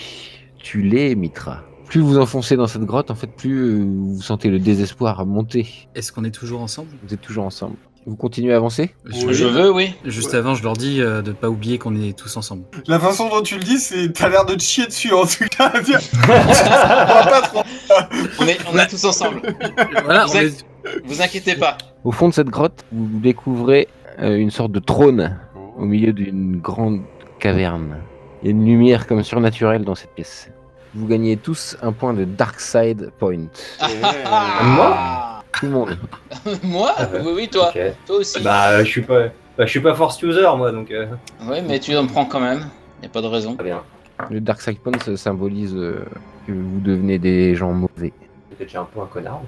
[SPEAKER 4] tu l'es, Mitra. Plus vous enfoncez dans cette grotte, en fait, plus euh, vous sentez le désespoir monter.
[SPEAKER 7] Est-ce qu'on est toujours ensemble
[SPEAKER 4] Vous êtes toujours ensemble. Vous continuez à avancer
[SPEAKER 8] Je veux, oui.
[SPEAKER 7] Juste avant, je leur dis euh, de pas oublier qu'on est tous ensemble.
[SPEAKER 6] La façon dont tu le dis, c'est t'as l'air de te chier dessus en tout cas. Tiens, on va pas trop.
[SPEAKER 8] On est, on est tous ensemble.
[SPEAKER 7] voilà, on
[SPEAKER 8] Exact.
[SPEAKER 7] est-
[SPEAKER 8] Vous inquiétez pas.
[SPEAKER 4] Au fond de cette grotte, vous découvrez euh, une sorte de trône au milieu d'une grande caverne. Il y a une lumière comme surnaturelle dans cette pièce. Vous gagnez tous un point de Dark Side Point.
[SPEAKER 6] Moi
[SPEAKER 4] Tout le monde.
[SPEAKER 8] Ah. Moi
[SPEAKER 5] Euh, Ah ouais.
[SPEAKER 8] Oui, oui, toi.
[SPEAKER 5] Ok.
[SPEAKER 8] Toi aussi.
[SPEAKER 5] Bah, euh, je suis pas. bah, je suis pas force user moi donc. euh,
[SPEAKER 8] Ouais, mais tu en prends quand même. Y a pas de raison.
[SPEAKER 5] Très bien.
[SPEAKER 4] Le Dark Side Point ça symbolise euh, que vous devenez des gens mauvais.
[SPEAKER 5] Peut-être j'ai un peu un connard.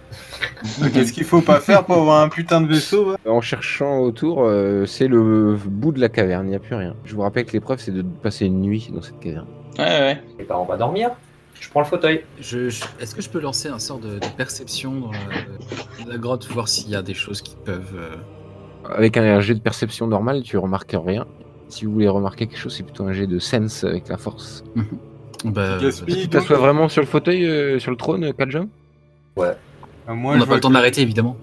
[SPEAKER 6] Qu'est-ce qu'il faut pas faire pour avoir un putain de vaisseau hein. ouais
[SPEAKER 4] En cherchant autour, euh, c'est le bout de la caverne, il n'y a plus rien. Je vous rappelle que l'épreuve, c'est de passer une nuit dans cette caverne.
[SPEAKER 8] Ouais, ouais.
[SPEAKER 5] Et bah, on va dormir. Je prends le fauteuil.
[SPEAKER 7] je- je- Est-ce que je peux lancer un sort de, de perception dans la, la grotte, voir s'il y a des choses qui peuvent. euh,
[SPEAKER 4] Avec un jet de perception normal, tu remarques rien. Si vous voulez remarquer quelque chose, c'est plutôt un jet de sense avec la force.
[SPEAKER 7] Bah,
[SPEAKER 6] Gaspille.
[SPEAKER 4] Tu t'assois vraiment sur le fauteuil, euh, sur le trône, Kaljam
[SPEAKER 6] Ah,
[SPEAKER 7] on
[SPEAKER 6] Moi,
[SPEAKER 7] n'a
[SPEAKER 6] je
[SPEAKER 7] pas
[SPEAKER 6] vois
[SPEAKER 7] le temps de l'arrêter, évidemment.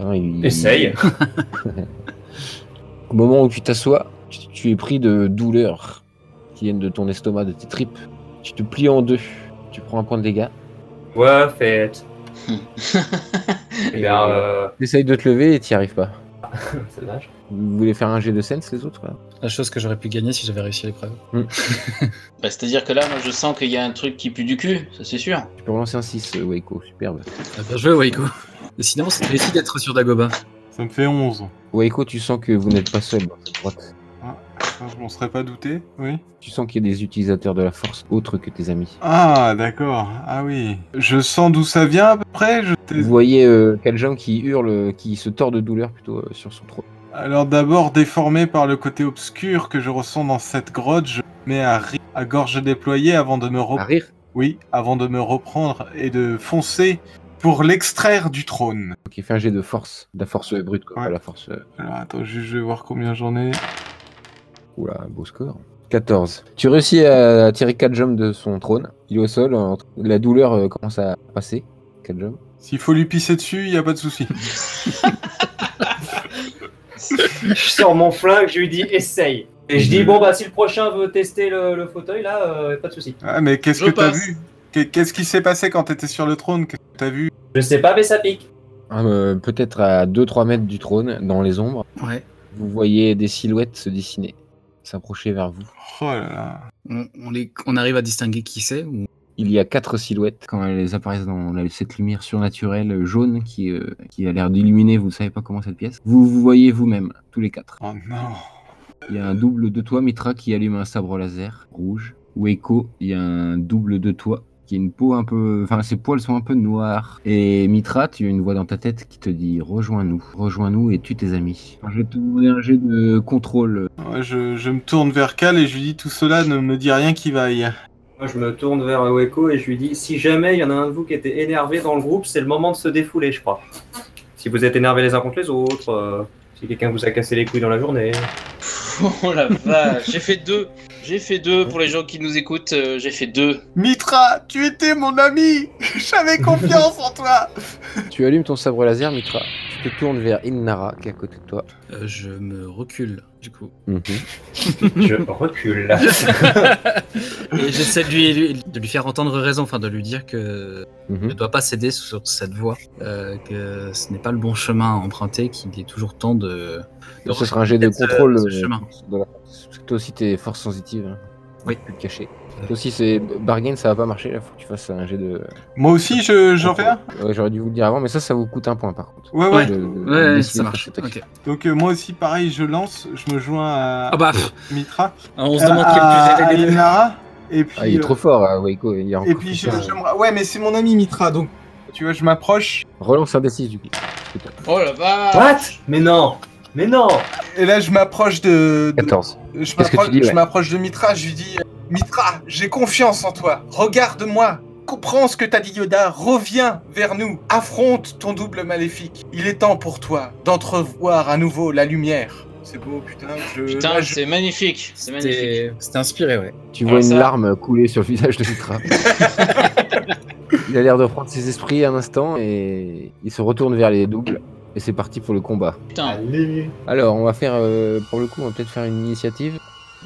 [SPEAKER 4] Ah, il-
[SPEAKER 5] Essaye.
[SPEAKER 4] Au moment où tu t'assois, tu, tu es pris de douleurs qui viennent de ton estomac, de tes tripes. Tu te plies en deux. Tu prends un point de dégâts.
[SPEAKER 5] Ouais, faites. Eh bien,
[SPEAKER 4] euh,
[SPEAKER 5] euh,
[SPEAKER 4] T'essayes de te lever et t'y arrives pas.
[SPEAKER 5] c'est dommage.
[SPEAKER 4] Vous voulez faire un jet de sense, les autres là
[SPEAKER 7] La chose que j'aurais pu gagner si j'avais réussi l'épreuve.
[SPEAKER 8] Bah, C'est-à-dire que là, moi, je sens qu'il y a un truc qui pue du cul, ça c'est sûr.
[SPEAKER 4] Tu peux relancer un 6, euh, Waco, superbe.
[SPEAKER 7] Ah, bien joué, Waiko. Décidément, c'était réussi d'être sur Dagoba.
[SPEAKER 6] Ça me fait 11.
[SPEAKER 4] Waco, tu sens que vous n'êtes pas seul dans cette grotte.
[SPEAKER 6] Ah, je m'en serais pas douté, oui.
[SPEAKER 4] Tu sens qu'il y a des utilisateurs de la force autres que tes amis.
[SPEAKER 6] Ah, d'accord. Ah oui. Je sens d'où ça vient à peu près. je-
[SPEAKER 4] Vous voyez euh, Kaljong qui hurle, euh, qui se tord de douleur plutôt euh, sur son trône.
[SPEAKER 6] Alors d'abord, déformé par le côté obscur que je ressens dans cette grotte, je mets à rire à gorge déployée avant de me
[SPEAKER 4] À
[SPEAKER 6] reprendre.
[SPEAKER 4] rire
[SPEAKER 6] Oui, avant de me reprendre et de foncer pour l'extraire du trône.
[SPEAKER 4] Ok, fais un jet de force, de la force euh, brute quoi,
[SPEAKER 6] Ouais.
[SPEAKER 4] pas la force... euh,
[SPEAKER 6] Alors attends, je je vais voir combien j'en ai.
[SPEAKER 4] Oula, un beau score. 14. Tu réussis à tirer Kaljong de son trône. Il est au sol, en- la douleur euh, commence à passer. Kaljong.
[SPEAKER 6] S'il faut lui pisser dessus, il y a pas de souci.
[SPEAKER 5] Je sors mon flingue, je lui dis essaye. Et je dis bon bah si le prochain veut tester le, le fauteuil là, euh, pas de souci.
[SPEAKER 6] Ah, mais qu'est-ce
[SPEAKER 8] Je
[SPEAKER 6] que t'as
[SPEAKER 8] passe.
[SPEAKER 6] vu Qu'est- Qu'est-ce qui s'est passé quand t'étais sur le trône Qu'est-ce que t'as vu
[SPEAKER 5] Je sais pas mais ça pique.
[SPEAKER 4] Ah, euh, Peut-être à 2-3 mètres du trône, dans les ombres,
[SPEAKER 7] Ouais.
[SPEAKER 4] vous voyez des silhouettes se dessiner, s'approcher vers vous.
[SPEAKER 6] Oh là là.
[SPEAKER 7] On, on les, on arrive à distinguer qui c'est ou...
[SPEAKER 4] Il y a quatre silhouettes. Quand elles apparaissent dans la- cette lumière surnaturelle jaune qui, euh, qui a l'air d'illuminer, vous ne savez pas comment cette pièce. Vous vous voyez vous-même, tous les quatre.
[SPEAKER 6] Oh non.
[SPEAKER 4] Il y a un double de toi, Mitra, qui allume un sabre laser rouge. Weiko, il y a un double de toi, qui a une peau un peu... Enfin, ses poils sont un peu noirs. Et Mitra, tu as une voix dans ta tête qui te dit « Rejoins-nous, rejoins-nous et tue tes amis. » Je vais te demander un jet de contrôle.
[SPEAKER 6] Ouais, je, je me tourne vers Cal et je lui dis tout cela ne me dit rien qui vaille.
[SPEAKER 5] Moi je me tourne vers Weko et je lui dis si jamais il y en a un de vous qui était énervé dans le groupe, c'est le moment de se défouler je crois. Si vous êtes énervés les uns contre les autres, euh, si quelqu'un vous a cassé les couilles dans la journée.
[SPEAKER 8] Oh la vache, j'ai fait deux. J'ai fait deux pour les gens qui nous écoutent, euh, j'ai fait deux.
[SPEAKER 6] Mitra, tu étais mon ami J'avais confiance en toi
[SPEAKER 4] Tu allumes ton sabre laser, Mitra. Tu te tournes vers Innara, qui est à côté de toi.
[SPEAKER 7] Euh, Je me recule, du coup.
[SPEAKER 5] Je recule.
[SPEAKER 7] Et j'essaie de lui, de lui faire entendre raison, enfin de lui dire que
[SPEAKER 4] Mhm.
[SPEAKER 7] ne doit pas céder sur cette voie, euh, que ce n'est pas le bon chemin à emprunter, qu'il est toujours temps de. de
[SPEAKER 4] Donc, ce sera un jet de
[SPEAKER 7] rechercher ce-
[SPEAKER 4] contrôle.
[SPEAKER 7] ce
[SPEAKER 4] euh,
[SPEAKER 7] chemin.
[SPEAKER 4] de la force. Parce que toi aussi, t'es force sensitive. hein.
[SPEAKER 7] Oui.
[SPEAKER 4] Tu peux le cacher. Toi aussi, c'est bargain, ça va pas marcher. Là, faut que tu fasses un jet de.
[SPEAKER 6] Moi aussi, je, j'en fais un
[SPEAKER 4] Ouais, j'aurais dû vous le dire avant, mais ça, ça vous coûte un point par contre.
[SPEAKER 6] Ouais, ouais.
[SPEAKER 7] Ouais.
[SPEAKER 4] De- de- de
[SPEAKER 7] Ouais,
[SPEAKER 4] décider
[SPEAKER 7] ça
[SPEAKER 4] de
[SPEAKER 7] marche.
[SPEAKER 4] faire cette action.
[SPEAKER 7] ok.
[SPEAKER 6] Donc euh, moi aussi, pareil, je lance, je me joins à
[SPEAKER 7] Ah bah, pff,
[SPEAKER 6] Mitra,
[SPEAKER 7] on se
[SPEAKER 6] à-
[SPEAKER 7] demande
[SPEAKER 6] à,
[SPEAKER 7] quel
[SPEAKER 6] à
[SPEAKER 7] plus est
[SPEAKER 6] Elnara, et puis,
[SPEAKER 4] Ah, il est
[SPEAKER 6] euh,
[SPEAKER 4] trop fort, euh, Waiko. Il est encore
[SPEAKER 6] et puis
[SPEAKER 4] plus
[SPEAKER 6] je-
[SPEAKER 4] fort.
[SPEAKER 6] j'aimerais- Ouais, mais c'est mon ami Mitra, donc tu vois, je m'approche,
[SPEAKER 4] Relance un D6 du coup.
[SPEAKER 8] Oh la vache
[SPEAKER 5] What Mais non Mais non
[SPEAKER 6] et là je m'approche de... de-
[SPEAKER 4] 14.
[SPEAKER 6] je
[SPEAKER 4] que tu
[SPEAKER 6] m'approche,
[SPEAKER 4] dis, ouais
[SPEAKER 6] je m'approche de Mitra, je lui dis euh, Mitra, j'ai confiance en toi, regarde-moi Comprends ce que t'as dit Yoda, reviens vers nous, affronte ton double maléfique. Il est temps pour toi d'entrevoir à nouveau la lumière. C'est beau, putain. Je...
[SPEAKER 8] Putain,
[SPEAKER 6] là, je-
[SPEAKER 8] c'est magnifique. C'est magnifique.
[SPEAKER 7] C'était c'était inspiré, ouais.
[SPEAKER 4] Tu
[SPEAKER 8] Ah,
[SPEAKER 4] vois
[SPEAKER 8] ça.
[SPEAKER 4] une larme couler sur le visage de Mitra. il a l'air de prendre ses esprits un instant et il se retourne vers les doubles. Et c'est parti pour le combat.
[SPEAKER 5] Ah,
[SPEAKER 8] Putain.
[SPEAKER 5] Allez
[SPEAKER 4] Alors, on va faire, euh, pour le coup, on va peut-être faire une initiative.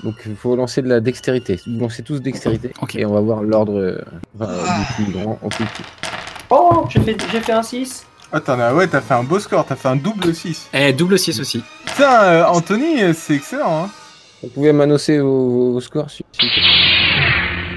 [SPEAKER 4] Donc, il faut lancer de la dextérité. Vous lancez tous dextérité.
[SPEAKER 7] Ok.
[SPEAKER 4] Et on va voir l'ordre euh, enfin, du plus grand au plus petit.
[SPEAKER 5] Oh J'ai fait, j'ai fait un 6
[SPEAKER 6] Attends, ah ouais, t'as fait un beau score, t'as fait un double 6.
[SPEAKER 7] Eh, double 6 aussi.
[SPEAKER 6] Putain, euh, Anthony, euh, c'est excellent. Hein.
[SPEAKER 4] Vous pouvez m'annoncer vos, vos- vos scores. s'il vous plaît.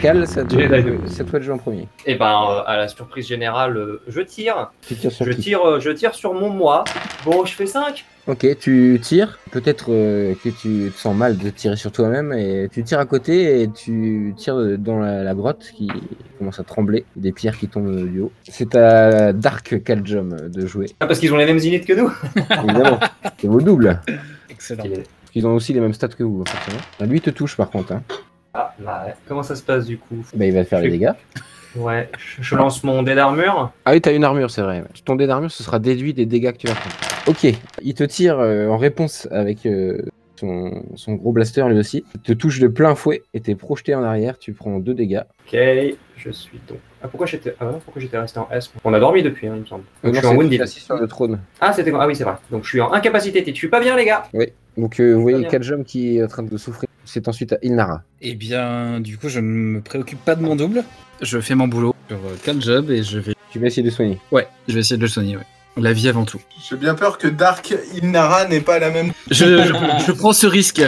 [SPEAKER 4] Cal, c'est à toi
[SPEAKER 5] J'ai la
[SPEAKER 4] de
[SPEAKER 5] gueule.
[SPEAKER 4] c'est à toi de jouer en premier.
[SPEAKER 5] Et ben euh, à la surprise générale, euh, je tire.
[SPEAKER 4] Tu tires sur
[SPEAKER 5] Je
[SPEAKER 4] qui
[SPEAKER 5] tire, euh, je tire sur mon moi. Bon, je fais 5
[SPEAKER 4] Ok, tu tires. Peut-être euh, que tu te sens mal de tirer sur toi-même. Et tu tires à côté et tu tires dans la, la grotte qui commence à trembler. Des pierres qui tombent du haut. C'est à Dark Caljum de jouer.
[SPEAKER 5] Ah, Parce qu'ils ont les mêmes init que nous
[SPEAKER 4] Évidemment. C'est vos doubles.
[SPEAKER 7] Excellent.
[SPEAKER 4] Ils ont aussi les mêmes stats que vous, forcément. Bah, Lui, il te touche par contre. Hein.
[SPEAKER 5] Ah, bah, ouais. comment ça se passe du coup
[SPEAKER 4] Bah, il va te faire les
[SPEAKER 5] Je-
[SPEAKER 4] dégâts.
[SPEAKER 5] Ouais, je, je lance mon dé d'armure.
[SPEAKER 4] Ah oui, t'as une armure, c'est vrai. Ton dé d'armure, ce sera déduit des dégâts que tu vas prendre. Ok, il te tire euh, en réponse avec euh, son, son gros blaster lui aussi. Il te touche de plein fouet et t'es projeté en arrière. Tu prends deux dégâts.
[SPEAKER 5] Ok, je suis donc. Ah, pourquoi j'étais ah, pourquoi j'étais resté en S On a dormi depuis, hein, il me semble.
[SPEAKER 4] Euh,
[SPEAKER 5] Donc, je
[SPEAKER 4] non,
[SPEAKER 5] suis en
[SPEAKER 4] c'est-
[SPEAKER 5] Wounded.
[SPEAKER 4] t'es assis sur le trône.
[SPEAKER 5] Ah, c'était Ah oui, c'est vrai. Donc, je suis en incapacité. Je suis pas bien, les gars
[SPEAKER 4] Donc, euh, vous voyez
[SPEAKER 5] bien.
[SPEAKER 4] Kaljom qui est en train de souffrir. C'est ensuite à Ilnara.
[SPEAKER 7] Eh bien, du coup, je ne me préoccupe pas de mon double. Je fais mon boulot sur euh, Cal Job et je vais.
[SPEAKER 4] Tu vas essayer de soigner.
[SPEAKER 7] Ouais, je vais essayer de le soigner, ouais. La vie avant tout.
[SPEAKER 6] J'ai bien peur que Dark Ilnara n'est pas la même.
[SPEAKER 7] Je, je- je prends ce risque.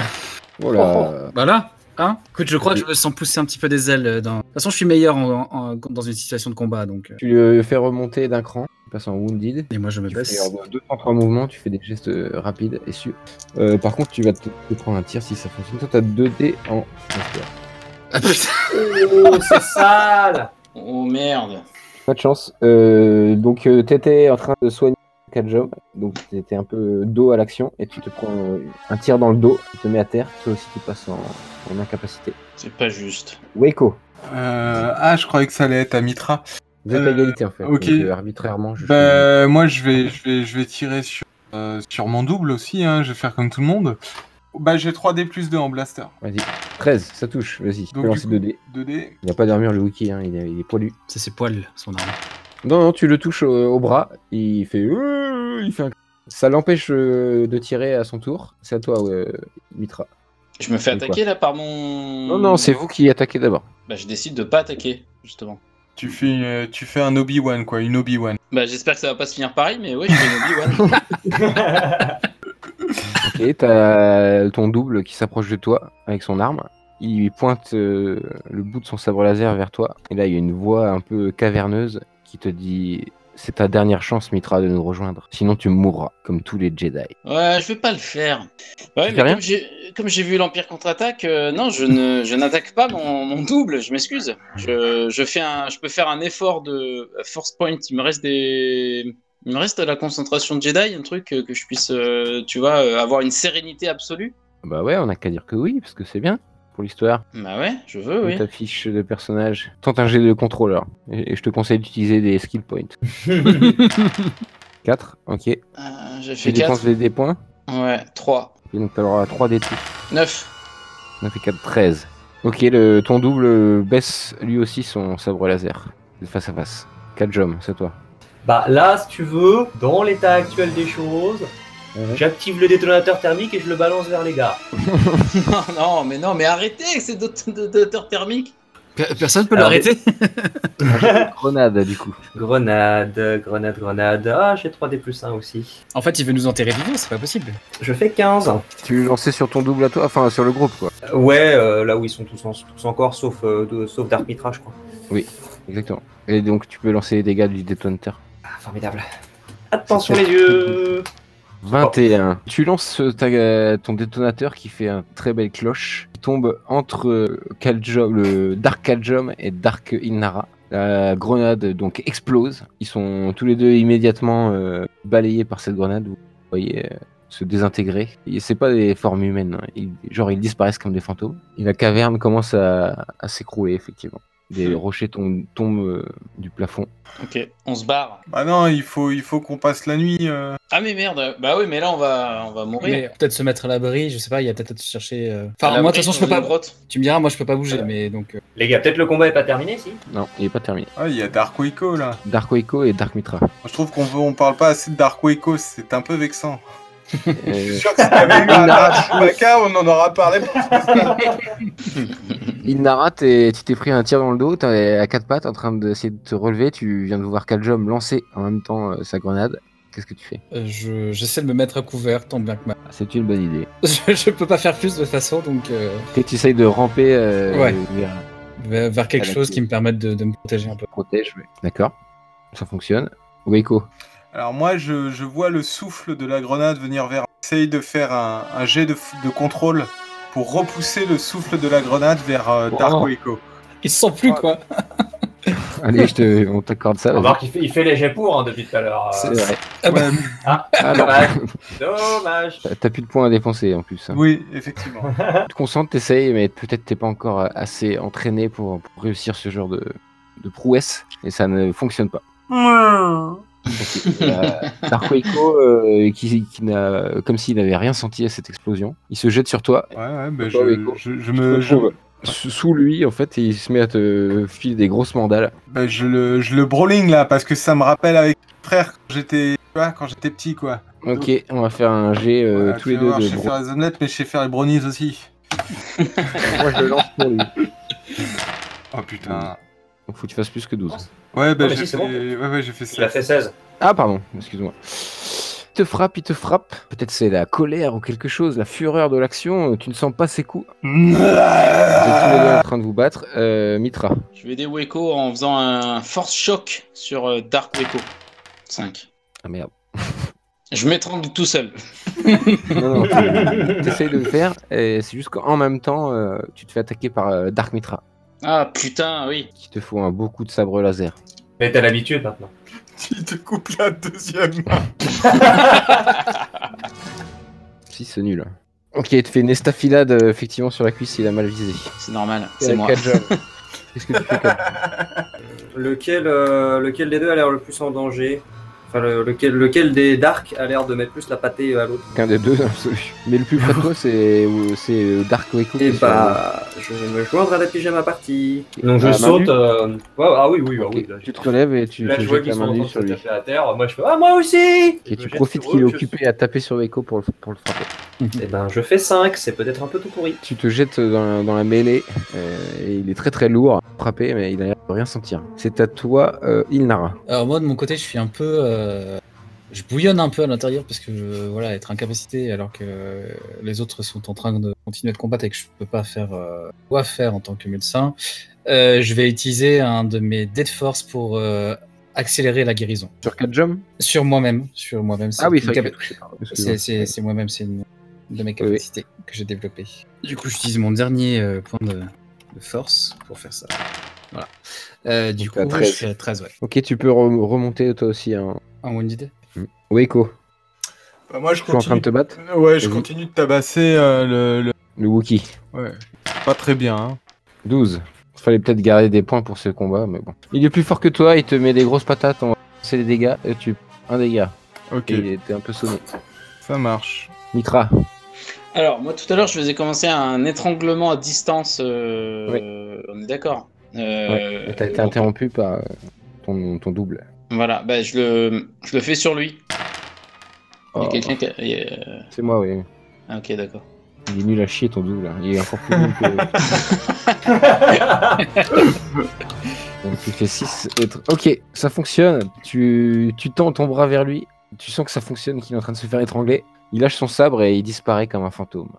[SPEAKER 4] Oh là.
[SPEAKER 7] Voilà. Hein Écoute, je crois que je me sens pousser un petit peu des ailes. euh, Dans... De toute façon, je suis meilleur en- en- en- dans une situation de combat, donc. euh,
[SPEAKER 4] Tu le fais remonter d'un cran, tu passes en wounded.
[SPEAKER 7] Et moi, je me
[SPEAKER 4] Tu fais
[SPEAKER 7] baisse.
[SPEAKER 4] en deux temps, trois mouvements, tu fais des gestes euh, rapides et sûrs. Euh, par contre, tu vas te, te prendre un tir si ça fonctionne. Toi, t'as 2 dés en inspire.
[SPEAKER 7] Ah, putain.
[SPEAKER 5] Oh, c'est sale
[SPEAKER 8] Oh merde.
[SPEAKER 4] Pas de chance. Euh, donc, euh, t'étais en train de soigner Kajom, donc t'étais un peu dos à l'action et tu te prends euh, un tir dans le dos, tu te mets à terre. Toi aussi, tu passes en, en incapacité.
[SPEAKER 8] C'est pas juste.
[SPEAKER 4] Waco,
[SPEAKER 6] Euh, ah, je croyais que ça allait être à Mitra.
[SPEAKER 4] vous êtes à
[SPEAKER 6] Euh,
[SPEAKER 4] égalité en fait.
[SPEAKER 6] ok.
[SPEAKER 4] Donc, euh, arbitrairement, je
[SPEAKER 6] Bah, moi, je vais, je vais, je vais tirer sur, euh, sur mon double aussi. Hein. Je vais faire comme tout le monde. Bah, j'ai 3D plus 2 en blaster.
[SPEAKER 4] Vas-y. 13, ça touche, vas-y. Tu
[SPEAKER 6] Donc,
[SPEAKER 4] peux
[SPEAKER 6] du
[SPEAKER 4] lancer
[SPEAKER 6] coup-
[SPEAKER 4] 2 dés.
[SPEAKER 6] 2D.
[SPEAKER 4] Il n'y a pas d'armure, le wiki, hein, il, est, il est poilu.
[SPEAKER 7] C'est ses poils, son arme.
[SPEAKER 4] Non, non, tu le touches au, au bras, il fait. euh, Il fait un- Ça l'empêche euh, de tirer à son tour. C'est à toi, euh, Mitra.
[SPEAKER 8] Je me fais
[SPEAKER 4] C'est quoi
[SPEAKER 8] attaquer là par mon.
[SPEAKER 4] Non, non, c'est vous qui attaquez d'abord.
[SPEAKER 8] Bah, je décide de pas attaquer, justement.
[SPEAKER 6] Tu fais, euh, tu fais un Obi-Wan, quoi. Une Obi-Wan.
[SPEAKER 8] Bah, j'espère que ça va pas se finir pareil, mais ouais, je fais une Obi-Wan.
[SPEAKER 4] Ok, t'as ton double qui s'approche de toi avec son arme. Il pointe euh, le bout de son sabre laser vers toi. Et là, il y a une voix un peu caverneuse qui te dit C'est ta dernière chance, Mitra, de nous rejoindre. Sinon, tu mourras, comme tous les Jedi.
[SPEAKER 8] Ouais, je vais pas le faire. Ouais,
[SPEAKER 4] Tu fais
[SPEAKER 8] mais
[SPEAKER 4] rien
[SPEAKER 8] comme j'ai- comme j'ai vu l'Empire contre-attaque, euh, non, je ne, je n'attaque pas mon, mon double. Je m'excuse. Je, je fais un, je peux faire un effort de force point. Il me reste des, il me reste de la concentration de Jedi, un truc euh, que je puisse, euh, tu vois, euh, avoir une sérénité absolue.
[SPEAKER 4] Bah ouais, on n'a qu'à dire que oui, parce que c'est bien pour l'histoire.
[SPEAKER 8] Bah ouais, je veux,
[SPEAKER 4] Oui.
[SPEAKER 8] oui.
[SPEAKER 4] Ta fiche de personnage. Tente un jet de contrôleur. Et et je te conseille d'utiliser des skill points. 4, ok.
[SPEAKER 8] Euh, j'ai
[SPEAKER 4] Tu
[SPEAKER 8] fait 4.
[SPEAKER 4] dépenses les- des points.
[SPEAKER 8] Ouais, 3.
[SPEAKER 4] Et donc tu auras 3 des tout.
[SPEAKER 8] 9.
[SPEAKER 4] On a fait 4, 13. Ok, le, ton double euh, baisse lui aussi son sabre laser. De face à face. 4 jumps, c'est toi.
[SPEAKER 5] Bah là, si tu veux, dans l'état actuel des choses,
[SPEAKER 4] Ouais.
[SPEAKER 5] j'active le détonateur thermique et je le balance vers les gars.
[SPEAKER 8] non, non, mais non, mais arrêtez avec ces d'auteurs thermiques.
[SPEAKER 7] Pe- Personne peut
[SPEAKER 5] Alors,
[SPEAKER 7] l'arrêter
[SPEAKER 4] Grenade, du coup.
[SPEAKER 5] Grenade, grenade, grenade. Ah, j'ai 3D plus 1 aussi.
[SPEAKER 7] En fait, il veut nous enterrer vivants, c'est pas possible.
[SPEAKER 5] Je fais 15.
[SPEAKER 4] Tu le lançais sur ton double à toi, enfin sur le groupe, quoi.
[SPEAKER 5] Euh, Ouais, euh, là où ils sont tous, en- tous encore, sauf, euh, de- sauf Dark Mitra, je crois.
[SPEAKER 4] Exactement. Et donc tu peux lancer les dégâts du détonateur.
[SPEAKER 5] Ah, formidable. Attention les yeux
[SPEAKER 4] 21. Tu lances euh, ta- euh, ton détonateur qui fait un très belle cloche. qui tombe entre euh, Kaljom, le Dark Kaljom et Dark Ilnara. La grenade donc explose. Ils sont tous les deux immédiatement euh, balayés par cette grenade. Vous voyez euh, se désintégrer. Et C'est pas des formes humaines. hein. Ils- genre ils disparaissent comme des fantômes. Et la caverne commence à, à s'écrouler effectivement. Des
[SPEAKER 8] Hmm.
[SPEAKER 4] rochers tom- tombent euh, du plafond.
[SPEAKER 8] Ok, on se barre.
[SPEAKER 6] Bah non, il faut, il faut qu'on passe la nuit. euh.
[SPEAKER 8] Ah mais merde, bah oui, mais là on va, on va mourir.
[SPEAKER 7] Mais Peut-être se mettre à l'abri, je sais pas, il y a peut-être à te chercher. euh, Enfin, moi,
[SPEAKER 8] À
[SPEAKER 7] de
[SPEAKER 8] l'abri,
[SPEAKER 7] toute façon, je peux
[SPEAKER 8] dans une
[SPEAKER 7] pas.
[SPEAKER 8] grotte.
[SPEAKER 7] Tu me diras, moi, je peux pas bouger,
[SPEAKER 5] Ouais.
[SPEAKER 7] mais donc. euh,
[SPEAKER 5] Les gars, peut-être le combat est pas terminé, si
[SPEAKER 4] Non, il est pas terminé.
[SPEAKER 6] Ah, il y a Dark Waco là.
[SPEAKER 4] Dark Waco et Dark Mitra.
[SPEAKER 6] Je trouve qu'on veut- on parle pas assez de Dark Waco, c'est un peu vexant. Je
[SPEAKER 4] Euh,
[SPEAKER 6] suis sûr que si t'avais eu un Dark Chewbacca, on en aura parlé.
[SPEAKER 4] Ilnara, t'es- tu t'es pris un tir dans le dos, t'es à quatre pattes en train d'essayer de te relever, tu viens de voir Kaljom lancer en même temps euh, sa grenade. Qu'est-ce que tu fais
[SPEAKER 7] euh, je- J'essaie de me mettre à couvert, tant bien que mal.
[SPEAKER 4] Ah, C'est une bonne idée.
[SPEAKER 7] Je, je peux pas faire plus de toute façon, donc. euh,
[SPEAKER 4] Et tu essayes de ramper euh,
[SPEAKER 7] Ouais.
[SPEAKER 4] vers
[SPEAKER 7] vers, vers quelque
[SPEAKER 4] Avec
[SPEAKER 7] chose
[SPEAKER 4] les-
[SPEAKER 7] qui me permette de, de me protéger un peu.
[SPEAKER 4] protège. ouais. D'accord, ça fonctionne. Waco,
[SPEAKER 6] Alors moi, je, je vois le souffle de la grenade venir vers. Essaye de faire un, un jet de, f- de contrôle pour repousser le souffle de la grenade vers euh, Dark
[SPEAKER 4] Oh.
[SPEAKER 6] Waco.
[SPEAKER 7] Il se sent plus, quoi.
[SPEAKER 4] allez, je te- on t'accorde ça. vas-y.
[SPEAKER 5] Remarque, il fait, il fait les jets pour hein, depuis tout à l'heure. euh.
[SPEAKER 4] Ah C'est Ah vrai.
[SPEAKER 7] Ah bah.
[SPEAKER 6] Ouais,
[SPEAKER 4] Alors,
[SPEAKER 5] Dommage. Dommage.
[SPEAKER 4] t'as plus de points à dépenser en plus. hein.
[SPEAKER 6] oui, effectivement.
[SPEAKER 4] Tu te concentres, t'essayes, mais peut-être t'es pas encore assez entraîné pour, pour réussir ce genre de, de prouesse, et ça ne fonctionne pas. Ok, euh, Dark Waco, euh, qui, qui n'a, comme s'il n'avait rien senti à cette explosion, il se jette sur toi.
[SPEAKER 6] Ouais, ouais, bah,
[SPEAKER 4] Toi,
[SPEAKER 6] je,
[SPEAKER 4] Waco.
[SPEAKER 6] je- je me, Euh, je,
[SPEAKER 4] Trouve, s- Sous lui, en fait, et il se met à te filer des grosses mandales.
[SPEAKER 6] bah, je le, je le brawling là parce que ça me rappelle avec mon frère quand j'étais, tu vois, quand j'étais petit quoi.
[SPEAKER 4] Ok, on va faire un jet euh,
[SPEAKER 6] Voilà,
[SPEAKER 4] tous
[SPEAKER 6] tu
[SPEAKER 4] les
[SPEAKER 6] vas
[SPEAKER 4] deux.
[SPEAKER 6] voir,
[SPEAKER 4] de
[SPEAKER 6] je sais
[SPEAKER 4] bro-
[SPEAKER 6] faire les omelettes, mais je sais faire les brownies aussi.
[SPEAKER 4] Moi, je le lance pour lui.
[SPEAKER 6] Oh putain.
[SPEAKER 4] Donc faut que tu fasses plus que 12.
[SPEAKER 6] Ouais, bah,
[SPEAKER 5] Ah, mais
[SPEAKER 6] j'ai
[SPEAKER 5] si, c'est
[SPEAKER 6] fait...
[SPEAKER 5] bon.
[SPEAKER 6] ouais, ouais, j'ai fait
[SPEAKER 5] Il a
[SPEAKER 6] ça.
[SPEAKER 5] fait 16.
[SPEAKER 4] Ah pardon, excuse-moi. Il te frappe, il te frappe. Peut-être c'est la colère ou quelque chose, la fureur de l'action. euh, Tu ne sens pas ses coups. Vous
[SPEAKER 6] Bah,
[SPEAKER 4] êtes tous les deux en train de vous battre. Euh, Mitra.
[SPEAKER 8] Je vais aider Weko en faisant un force choc sur euh, Dark Weko. 5.
[SPEAKER 4] Ah merde.
[SPEAKER 8] Je m'étrangle tout seul.
[SPEAKER 4] Non, non, tu- t'essayes de le faire. Et c'est juste qu'en même temps, euh, tu te fais attaquer par euh, Dark Mitra.
[SPEAKER 8] Ah putain, oui.
[SPEAKER 4] Qui te faut un beau coup de sabre laser.
[SPEAKER 5] Mais t'as l'habitude maintenant.
[SPEAKER 6] Il te coupe la deuxième main.
[SPEAKER 4] Si c'est nul. Ok, il te fait une estafilade euh, effectivement sur la cuisse, il a mal visé.
[SPEAKER 8] C'est normal, c'est
[SPEAKER 4] Euh,
[SPEAKER 8] moi.
[SPEAKER 4] Kajab. Qu'est-ce que tu fais Kajab
[SPEAKER 5] Lequel, euh, lequel des deux a l'air le plus en danger Enfin, le- lequel, lequel des Dark a l'air de mettre plus la pâtée à l'autre
[SPEAKER 4] Qu'un des deux, absolu. Mais le plus précoce, c'est euh, c'est Dark Weko. qui est
[SPEAKER 5] Et
[SPEAKER 4] sur la-
[SPEAKER 5] bah, je vais me joindre à la pyjama party. Donc je
[SPEAKER 4] Ah, Manu
[SPEAKER 5] saute. euh, ouais, ah oui, oui, ah
[SPEAKER 4] Ok,
[SPEAKER 5] oui. Là,
[SPEAKER 4] Tu te relèves et tu
[SPEAKER 5] là,
[SPEAKER 4] te
[SPEAKER 5] je vois
[SPEAKER 4] jettes
[SPEAKER 5] qu'ils
[SPEAKER 4] la
[SPEAKER 5] sont en
[SPEAKER 4] main
[SPEAKER 5] train
[SPEAKER 4] nue
[SPEAKER 5] de se
[SPEAKER 4] sur lui.
[SPEAKER 5] taper à terre. Moi, je fais Ah, moi aussi
[SPEAKER 4] Et tu profites qu'il est occupé à taper sur Weko pour le, pour le frapper.
[SPEAKER 5] Et ben, je fais 5, c'est peut-être un peu tout pourri.
[SPEAKER 4] Tu te jettes dans la, dans la mêlée euh, et il est très très lourd à frapper, mais il a l'air de rien sentir. C'est à toi, euh, Ilnara.
[SPEAKER 7] Alors moi de mon côté je suis un peu, euh, je bouillonne un peu à l'intérieur parce que je- voilà être incapacité alors que euh, les autres sont en train de continuer de combattre et que je peux pas faire euh, quoi faire en tant que médecin. euh, je vais utiliser un de mes dés de force pour euh, accélérer la guérison
[SPEAKER 4] Sur 4 jumps
[SPEAKER 7] sur moi-même, sur moi-même. c'est
[SPEAKER 4] Ah oui,
[SPEAKER 7] une
[SPEAKER 4] c'est vrai
[SPEAKER 7] capa-
[SPEAKER 4] que-
[SPEAKER 7] c'est
[SPEAKER 4] Excuse-moi.
[SPEAKER 7] c'est- c'est moi-même, c'est une de mes
[SPEAKER 4] Oui.
[SPEAKER 7] capacités que j'ai développées. Du coup, j'utilise mon dernier euh, point de, de force pour faire ça. Voilà. Euh, du
[SPEAKER 4] Donc,
[SPEAKER 7] coup,
[SPEAKER 4] t'as
[SPEAKER 7] je
[SPEAKER 4] 13.
[SPEAKER 7] fais 13, ouais.
[SPEAKER 4] Ok, tu peux re- remonter toi aussi. Hein.
[SPEAKER 7] En one idée.
[SPEAKER 4] Weko,
[SPEAKER 6] Bah, moi, je
[SPEAKER 4] tu es en train
[SPEAKER 6] continue.
[SPEAKER 4] de te battre
[SPEAKER 6] Ouais, je
[SPEAKER 4] Vas-y.
[SPEAKER 6] continue de tabasser euh, le, le-
[SPEAKER 4] Le Wookie.
[SPEAKER 6] Ouais. C'est Pas très bien. Hein.
[SPEAKER 4] 12. Fallait peut-être garder des points pour ce combat, mais bon. Il est plus fort que toi, il te met des grosses patates, on va lancer les dégâts, et tu. Un dégât.
[SPEAKER 6] Ok,
[SPEAKER 4] Et t'es un peu sonné.
[SPEAKER 6] ça marche.
[SPEAKER 4] Mitra,
[SPEAKER 8] Alors, moi tout à l'heure, je faisais commencer un étranglement à distance. euh, On est d'accord. Euh,
[SPEAKER 4] t'as été interrompu par euh, ton, ton double.
[SPEAKER 8] Voilà, bah, je, le, je le fais sur lui. Il
[SPEAKER 4] Oh,
[SPEAKER 8] y a quelqu'un qui. a- il y a-
[SPEAKER 4] C'est moi, oui.
[SPEAKER 8] Ah, ok, d'accord.
[SPEAKER 4] Il est nul à chier ton double, hein. il est encore plus nul que. Donc tu fais 6 et tr- Ok, ça fonctionne. Tu, tu tends ton bras vers lui, tu sens que ça fonctionne, qu'il est en train de se faire étrangler. Il lâche son sabre et il disparaît comme un fantôme.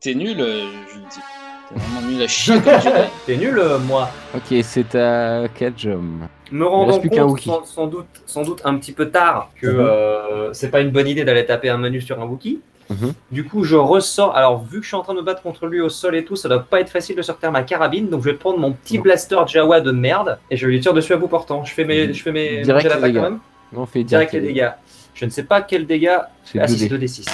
[SPEAKER 8] T'es nul, euh, je le dis. T'es vraiment nul à chier comme Jedi.
[SPEAKER 5] T'es nul, euh, moi.
[SPEAKER 4] Ok, c'est à Kajom.
[SPEAKER 5] Me
[SPEAKER 4] Il reste
[SPEAKER 5] rendant
[SPEAKER 4] plus qu'un
[SPEAKER 5] compte,
[SPEAKER 4] Wookie.
[SPEAKER 5] sans, sans doute, sans doute un petit peu tard, que
[SPEAKER 4] Mhm.
[SPEAKER 5] euh, c'est pas une bonne idée d'aller taper un menu sur un Wookie.
[SPEAKER 4] Mhm.
[SPEAKER 5] Du coup, je ressors. Alors, vu que je suis en train de me battre contre lui au sol et tout, ça doit pas être facile de sortir ma carabine. Donc, je vais prendre mon petit
[SPEAKER 4] Non.
[SPEAKER 5] blaster Jawa de merde et je lui tire dessus à bout portant. Je fais mes, je fais mes
[SPEAKER 4] Mhm. Direct
[SPEAKER 5] jets
[SPEAKER 4] les
[SPEAKER 5] d'attaque
[SPEAKER 4] dégâts.
[SPEAKER 5] quand même.
[SPEAKER 4] Non, fais
[SPEAKER 5] Direct les dégâts. Je ne sais pas quel dégâts.
[SPEAKER 4] C'est
[SPEAKER 5] Ah,
[SPEAKER 4] 2
[SPEAKER 5] si, c'est
[SPEAKER 4] dés.
[SPEAKER 5] 2d6.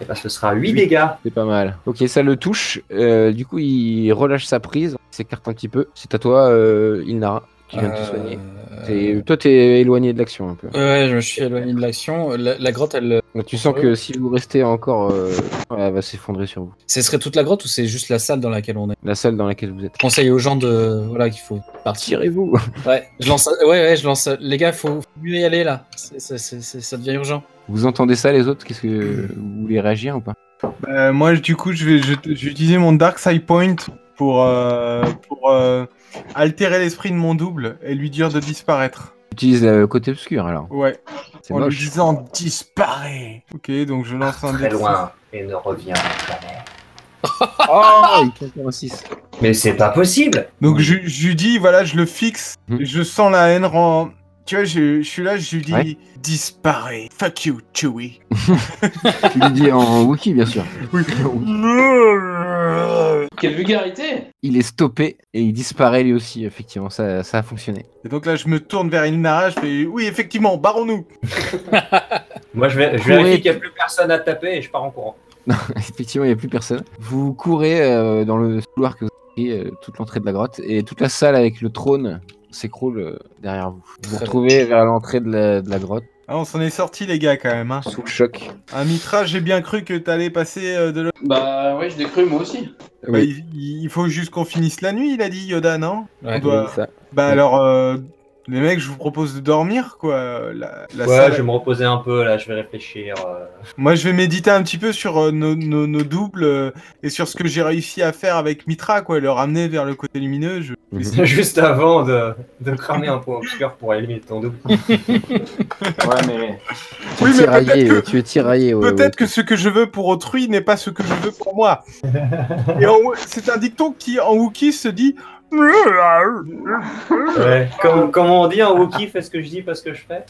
[SPEAKER 5] Et bah, ce sera 8
[SPEAKER 4] Huit.
[SPEAKER 5] dégâts.
[SPEAKER 4] C'est pas mal. Ok, ça le touche. Euh, du coup, il relâche sa prise, il s'écarte un petit peu. C'est à toi, euh, Ilnara, qui vient de te soigner. T'es- Toi, t'es éloigné de l'action un peu.
[SPEAKER 7] Euh, Ouais, je me suis éloigné de l'action. La, la grotte, elle. euh,
[SPEAKER 4] Donc, tu sens que si vous restez encore, euh, elle va s'effondrer sur vous.
[SPEAKER 7] Ce serait toute la grotte ou c'est juste la salle dans laquelle on est
[SPEAKER 4] La salle dans laquelle vous êtes.
[SPEAKER 7] Je conseille aux gens de. Voilà, qu'il faut partir.
[SPEAKER 4] Tirez-vous
[SPEAKER 7] Ouais, je lance. Ouais, ouais, je lance. Les gars, faut faut mieux y aller là. C'est- c'est- c'est- c'est- ça devient urgent.
[SPEAKER 4] Vous entendez ça, les autres Qu'est-ce que vous voulez réagir ou pas
[SPEAKER 6] Bah, moi, je- du coup, je vais, je, je vais utiliser mon Dark Side Point pour, euh, pour euh, altérer l'esprit de mon double et lui dire de disparaître.
[SPEAKER 4] Utilise le côté obscur alors.
[SPEAKER 6] Ouais,
[SPEAKER 4] C'est
[SPEAKER 6] en lui
[SPEAKER 4] moche. Ah,
[SPEAKER 6] disant disparaît. Ok, donc je lance un
[SPEAKER 5] Très
[SPEAKER 6] dé de
[SPEAKER 5] loin et ne revient jamais.
[SPEAKER 4] Oh, il compte en 6.
[SPEAKER 5] Mais c'est pas possible
[SPEAKER 6] Donc je, je lui dis, voilà, je le fixe,
[SPEAKER 4] Mhm.
[SPEAKER 6] je sens la haine rend... Tu vois, je, je suis là, je lui dis,
[SPEAKER 4] Ouais.
[SPEAKER 6] disparaît, fuck you, Chewie.
[SPEAKER 4] Tu lui dis en wiki, bien sûr.
[SPEAKER 6] Oui.
[SPEAKER 8] Quelle vulgarité
[SPEAKER 4] Il est stoppé et il disparaît lui aussi, effectivement. Ça, ça a fonctionné.
[SPEAKER 6] Et donc là, je me tourne vers Ilnara, je fais, oui, effectivement, barrons-nous.
[SPEAKER 5] Moi, je, vais, je
[SPEAKER 4] Courez.
[SPEAKER 5] vérifie qu'il n'y a plus personne à taper et je pars en courant.
[SPEAKER 4] effectivement, il n'y a plus personne. Vous courez euh, dans le couloir que vous avez euh, toute l'entrée de la grotte et toute la salle avec le trône s'écroule euh, derrière vous. Vous vous
[SPEAKER 7] Très
[SPEAKER 4] retrouvez vers l'entrée de la, de la grotte,
[SPEAKER 6] Ah, on s'en est sorti les gars quand même. Hein.
[SPEAKER 4] sous le choc.
[SPEAKER 6] Un Mitra, j'ai bien cru que t'allais passer euh, de l'autre.
[SPEAKER 8] Bah, ouais, je l'ai cru moi aussi.
[SPEAKER 4] Oui.
[SPEAKER 6] Bah, il, il faut juste qu'on finisse la nuit, il a dit Yoda, non
[SPEAKER 7] Ouais.
[SPEAKER 6] On doit-
[SPEAKER 4] Ça.
[SPEAKER 6] Bah
[SPEAKER 4] Ouais.
[SPEAKER 6] alors, euh, Les mecs, je vous propose de dormir, quoi. La, la
[SPEAKER 5] Ouais,
[SPEAKER 6] salle-
[SPEAKER 5] je vais me reposer un peu là, je vais réfléchir. euh.
[SPEAKER 6] Moi, je vais méditer un petit peu sur euh, nos, nos- nos doubles euh, et sur ce que j'ai réussi à faire avec Mitra, quoi. Le ramener vers le côté lumineux. Je...
[SPEAKER 5] Juste avant de, de cramer un point obscur pour éliminer ton double.
[SPEAKER 8] Ouais, mais.
[SPEAKER 4] Tu
[SPEAKER 6] Oui,
[SPEAKER 4] es
[SPEAKER 6] mais
[SPEAKER 4] tiraillé, euh, ouais,
[SPEAKER 6] peut-être que-
[SPEAKER 4] euh, tu es tiraillé. ouais, ouais.
[SPEAKER 6] Peut-être que ce que je veux pour autrui n'est pas ce que je veux pour moi. et en- c'est un dicton qui, en Wookiee, se dit.
[SPEAKER 5] Ouais. Comme, comment on dit en Wookiee, fais ce que je dis, bah, pas ce que je fais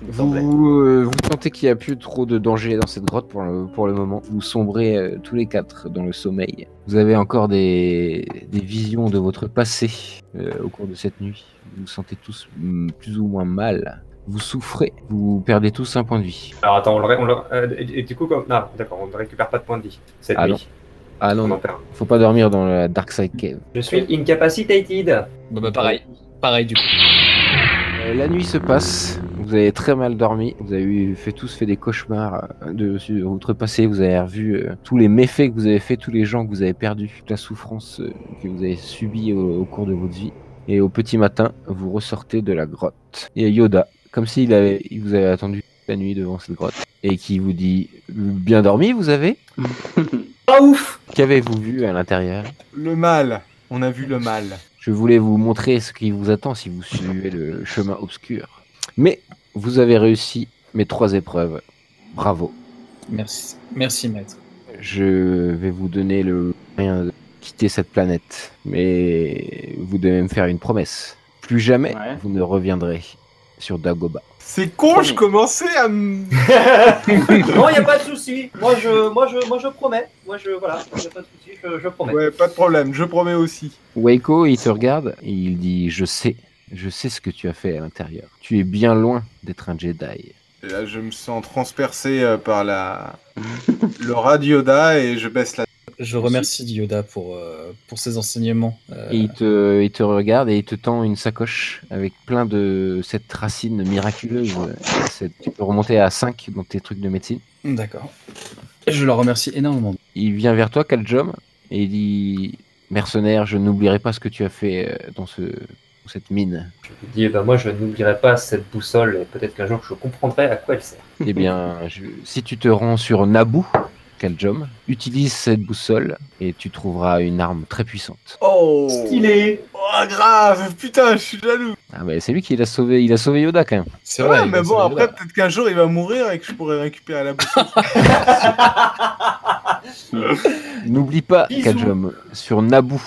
[SPEAKER 4] Vous, euh, vous sentez qu'il n'y a plus trop de danger dans cette grotte pour le, pour le moment. Vous sombrez euh, tous les quatre dans le sommeil. Vous avez encore des, des visions de votre passé euh, au cours de cette nuit. Vous vous sentez tous mm, plus ou moins mal. Vous souffrez. Vous perdez tous un point de vie.
[SPEAKER 5] Alors attends, on le, ré- on le- euh, et, et du coup, comme. Non, d'accord, on ne récupère pas de points de vie cette
[SPEAKER 4] Ah non.
[SPEAKER 5] nuit.
[SPEAKER 4] Ah non,
[SPEAKER 5] On en
[SPEAKER 4] non.
[SPEAKER 5] perd.
[SPEAKER 4] Faut pas dormir dans la Dark Side Cave.
[SPEAKER 5] Je suis incapacitated.
[SPEAKER 7] Bah, bah, pareil. Pareil, du coup.
[SPEAKER 4] Euh, la nuit se passe. Vous avez très mal dormi. Vous avez eu- fait tous fait des cauchemars euh, de, sur votre passé. Vous avez revu euh, tous les méfaits que vous avez fait, tous les gens que vous avez perdus, toute la souffrance euh, que vous avez subie au, au cours de votre vie. Et au petit matin, vous ressortez de la grotte. Et Yoda, comme s'il avait, il vous avait attendu la nuit devant cette grotte, et qui vous dit bien dormi, vous avez.
[SPEAKER 5] Pas ouf
[SPEAKER 4] Qu'avez-vous vu à l'intérieur
[SPEAKER 6] Le mal. On a vu le mal.
[SPEAKER 4] Je voulais vous montrer ce qui vous attend si vous suivez le chemin obscur. Mais vous avez réussi mes trois épreuves. Bravo.
[SPEAKER 7] Merci. Merci, maître.
[SPEAKER 4] Je vais vous donner le moyen de quitter cette planète. Mais vous devez me faire une promesse. Plus jamais
[SPEAKER 8] Ouais.
[SPEAKER 4] vous ne reviendrez sur Dagoba.
[SPEAKER 6] C'est con, je commençais à me.
[SPEAKER 5] Non, il a pas de souci. Moi je, moi, je, moi, je promets. Moi, je. Voilà, il a pas de souci, je, je promets.
[SPEAKER 6] Ouais, pas de problème, je promets aussi.
[SPEAKER 4] Waco, il te regarde et il dit Je sais, je sais ce que tu as fait à l'intérieur. Tu es bien loin d'être un Jedi.
[SPEAKER 6] Et là, je me sens transpercé euh, par la. le radioda et je baisse la.
[SPEAKER 7] Je remercie Yoda pour, euh, pour ses enseignements. Euh,
[SPEAKER 4] Et il te, il te regarde et il te tend une sacoche avec plein de cette racine miraculeuse. Cette- tu peux remonter à 5 dans tes trucs de médecine.
[SPEAKER 7] D'accord. Je leur remercie énormément.
[SPEAKER 4] Il vient vers toi, Kaljom, et il dit Mercenaire, je n'oublierai pas ce que tu as fait euh, dans ce, dans cette mine.
[SPEAKER 5] Il dit, eh ben, moi, je n'oublierai pas cette boussole et peut-être qu'un jour, je comprendrai à quoi elle sert.
[SPEAKER 4] Eh bien, je- si tu te rends sur Naboo, Kaljom, utilise cette boussole et tu trouveras une arme très puissante.
[SPEAKER 6] Oh
[SPEAKER 5] Stylé
[SPEAKER 6] Oh, grave Putain, je suis jaloux
[SPEAKER 4] Ah, mais c'est lui qui l'a sauvé, il a sauvé Yoda quand même.
[SPEAKER 7] C'est
[SPEAKER 6] Ouais,
[SPEAKER 7] vrai. il
[SPEAKER 6] mais
[SPEAKER 7] a
[SPEAKER 6] bon,
[SPEAKER 7] sauvé Yoda.
[SPEAKER 6] après, peut-être qu'un jour il va mourir et que je pourrai récupérer la boussole.
[SPEAKER 4] N'oublie pas,
[SPEAKER 5] Bisous.
[SPEAKER 4] Kaljom, sur Naboo.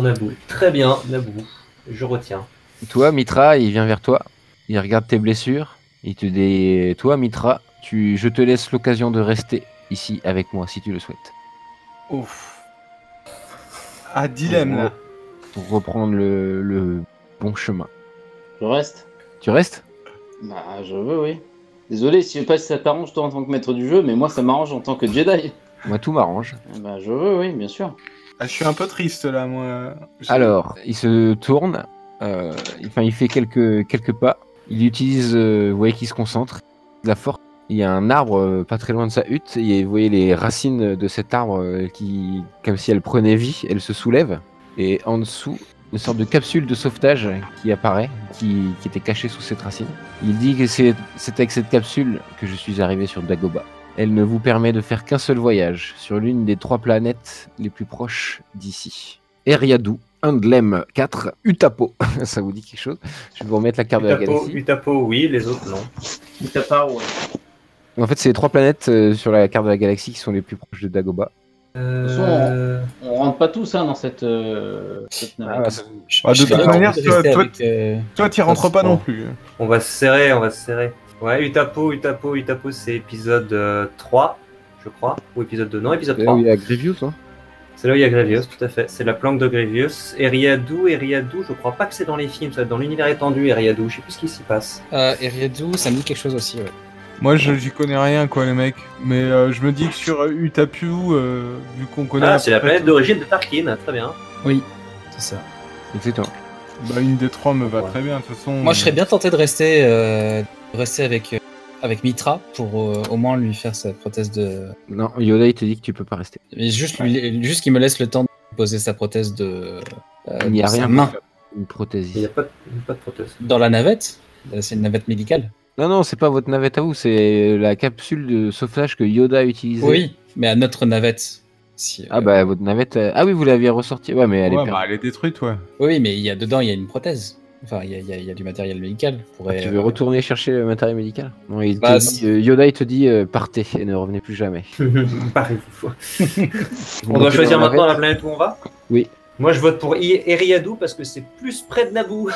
[SPEAKER 5] Naboo. Très bien, Naboo. Je retiens.
[SPEAKER 4] Toi, Mitra, il vient vers toi, il regarde tes blessures, il te dit Toi, Mitra, tu, je te laisse l'occasion de rester ici avec moi si tu le souhaites.
[SPEAKER 6] Ouf. Ah, dilemme là.
[SPEAKER 4] Pour reprendre le, le bon chemin.
[SPEAKER 8] Je reste.
[SPEAKER 4] Tu restes
[SPEAKER 8] Bah, je veux, oui. Désolé, si je sais pas si ça t'arrange toi en tant que maître du jeu, mais moi ça m'arrange en tant que Jedi.
[SPEAKER 4] Moi, tout m'arrange.
[SPEAKER 8] Eh Bah, je veux, oui, bien sûr.
[SPEAKER 6] Ah, je suis un peu triste là, moi. Je-
[SPEAKER 4] Alors, il se tourne, euh, il, enfin, il fait quelques, quelques pas, il utilise, euh, vous voyez qu'il se concentre, de la force. Il y a un arbre euh, pas très loin de sa hutte, et vous voyez les racines de cet arbre euh, qui, comme si elles prenaient vie, elles se soulèvent, et en dessous, une sorte de capsule de sauvetage qui apparaît, qui, qui était cachée sous cette racine. Il dit que c'est c'est avec cette capsule que je suis arrivé sur Dagoba. Elle ne vous permet de faire qu'un seul voyage sur l'une des trois planètes les plus proches d'ici. Eriadou, Andlem 4, Utapo. Ça vous dit quelque chose Je vais vous remettre la carte de la
[SPEAKER 5] Utapo,
[SPEAKER 4] galaxie.
[SPEAKER 5] Utapo, oui, les autres, non.
[SPEAKER 8] T'as pas, ouais.
[SPEAKER 4] En fait, c'est les trois planètes euh, sur la carte de la galaxie qui sont les plus proches de Dagoba.
[SPEAKER 5] Euh...
[SPEAKER 8] On rentre pas tous hein, dans cette. euh,
[SPEAKER 4] Ah,
[SPEAKER 8] cette navette.
[SPEAKER 5] Ah,
[SPEAKER 7] Je-
[SPEAKER 6] Bah, de
[SPEAKER 7] je
[SPEAKER 6] toute
[SPEAKER 7] fais-
[SPEAKER 6] manière,
[SPEAKER 7] je vais
[SPEAKER 6] toi-
[SPEAKER 7] rester
[SPEAKER 6] toi-
[SPEAKER 7] avec, euh,
[SPEAKER 6] Toi, t'y rentres pas non plus.
[SPEAKER 5] On va se serrer, on va se serrer. Ouais, Utapo, Utapo, Utapo, c'est épisode euh, 3, je crois. Ou épisode 2, non, épisode 3.
[SPEAKER 4] y a Grievous, hein
[SPEAKER 5] C'est là où il y a Grievous, tout à fait. C'est la planque de Grievous. Et Riadou, et Riadou, je crois pas que c'est dans les films, ça va être dans l'univers étendu, et Riadou. Je sais plus ce qui s'y passe.
[SPEAKER 7] Euh, Eriadou, ça me dit quelque chose aussi, ouais.
[SPEAKER 6] Moi, je j'y connais rien, quoi, les mecs. Mais euh, je me dis que sur euh, Utapu, euh, vu qu'on connaît.
[SPEAKER 5] Ah, c'est la planète d'origine de Tarkin, très bien.
[SPEAKER 7] Oui, c'est ça.
[SPEAKER 4] Exactement.
[SPEAKER 6] Bah, une des trois me va
[SPEAKER 5] Ouais.
[SPEAKER 6] très bien, de toute façon.
[SPEAKER 7] Moi, je serais bien tenté de rester, euh, de rester avec, euh, avec Mitra pour euh, au moins lui faire sa prothèse de.
[SPEAKER 4] Non, Yoda, il te dit que tu peux pas rester.
[SPEAKER 7] mais Juste, lui- juste qu'il me laisse le temps de poser sa prothèse de. euh,
[SPEAKER 4] Il n'y a
[SPEAKER 7] de sa
[SPEAKER 4] rien.
[SPEAKER 7] main.
[SPEAKER 4] Une
[SPEAKER 5] Il n'y a
[SPEAKER 4] prothèse.
[SPEAKER 5] pas de, pas de prothèse.
[SPEAKER 7] Dans la navette Euh, C'est une navette médicale
[SPEAKER 4] Non, non, c'est pas votre navette à vous, c'est la capsule de sauvetage que Yoda utilisait.
[SPEAKER 7] Oui, mais à notre navette. Si,
[SPEAKER 4] Ah
[SPEAKER 7] euh,
[SPEAKER 4] bah votre navette. euh, Ah oui, vous l'aviez ressortie. Ouais, mais elle est
[SPEAKER 6] Ouais,
[SPEAKER 4] perdue.
[SPEAKER 6] bah, elle est détruite, ouais.
[SPEAKER 7] Oui, mais il y a dedans, il y a une prothèse. Enfin, il y a, il y a- il y a du matériel médical.
[SPEAKER 8] bah,
[SPEAKER 7] Pour,
[SPEAKER 4] Ah, Tu
[SPEAKER 7] euh,
[SPEAKER 4] veux retourner chercher le matériel médical Non, il te
[SPEAKER 7] Bah,
[SPEAKER 4] dit-
[SPEAKER 7] si.
[SPEAKER 4] euh, Yoda il te dit euh, partez et ne revenez plus jamais.
[SPEAKER 5] Pareil. On
[SPEAKER 4] Donc,
[SPEAKER 5] doit
[SPEAKER 4] tu
[SPEAKER 5] choisir
[SPEAKER 4] vas en
[SPEAKER 5] maintenant la
[SPEAKER 4] arrête.
[SPEAKER 5] planète où on va
[SPEAKER 4] Oui.
[SPEAKER 5] Moi, je vote pour I- Eriadou parce que c'est plus près de Naboo.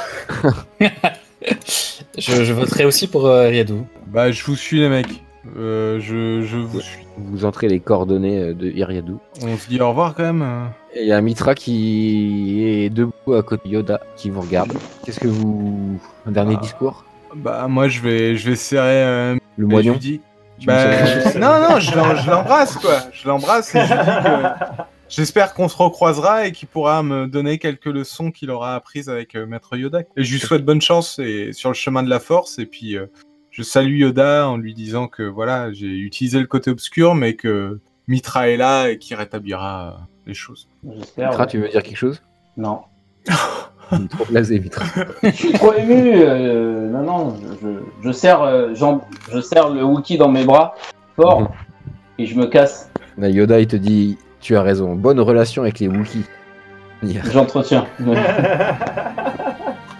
[SPEAKER 7] je, je voterai aussi pour euh, Riadou.
[SPEAKER 6] Bah, je vous suis, les mecs. Euh, je, je vous
[SPEAKER 4] Ouais.
[SPEAKER 6] suis.
[SPEAKER 4] Vous entrez les coordonnées euh, de Iriadou.
[SPEAKER 6] On se dit au revoir quand même. euh.
[SPEAKER 4] Et il y a Mitra qui est debout à côté de Yoda qui vous regarde. Qu'est-ce que vous. Un dernier
[SPEAKER 6] Ah.
[SPEAKER 4] discours
[SPEAKER 6] Bah, moi, je vais, je vais serrer. euh,
[SPEAKER 4] Le
[SPEAKER 6] et je lui
[SPEAKER 4] moignon
[SPEAKER 6] dis.
[SPEAKER 4] Tu me
[SPEAKER 6] Bah,
[SPEAKER 4] serres
[SPEAKER 6] non, non, je l'em- je l'embrasse, quoi. Je l'embrasse et je lui dis que. J'espère qu'on se recroisera et qu'il pourra me donner quelques leçons qu'il aura apprises avec euh, Maître Yoda. Et je lui souhaite bonne chance et sur le chemin de la force. Et puis, euh, je salue Yoda en lui disant que voilà, j'ai utilisé le côté obscur, mais que Mitra est là et qu'il rétablira euh, les choses.
[SPEAKER 1] J'espère.
[SPEAKER 4] Mitra,
[SPEAKER 1] ouais.
[SPEAKER 4] tu veux dire quelque chose
[SPEAKER 1] Non.
[SPEAKER 4] Trop blasé, Mitra.
[SPEAKER 1] Je suis trop ému. euh, non, non, je, je, je serre, euh, j'en- je serre le Wookie dans mes bras, fort,
[SPEAKER 4] Mhm.
[SPEAKER 1] et je me casse.
[SPEAKER 4] Là, Yoda il te dit Tu as raison, bonne relation avec les Wookiees. Yeah.
[SPEAKER 1] J'entretiens.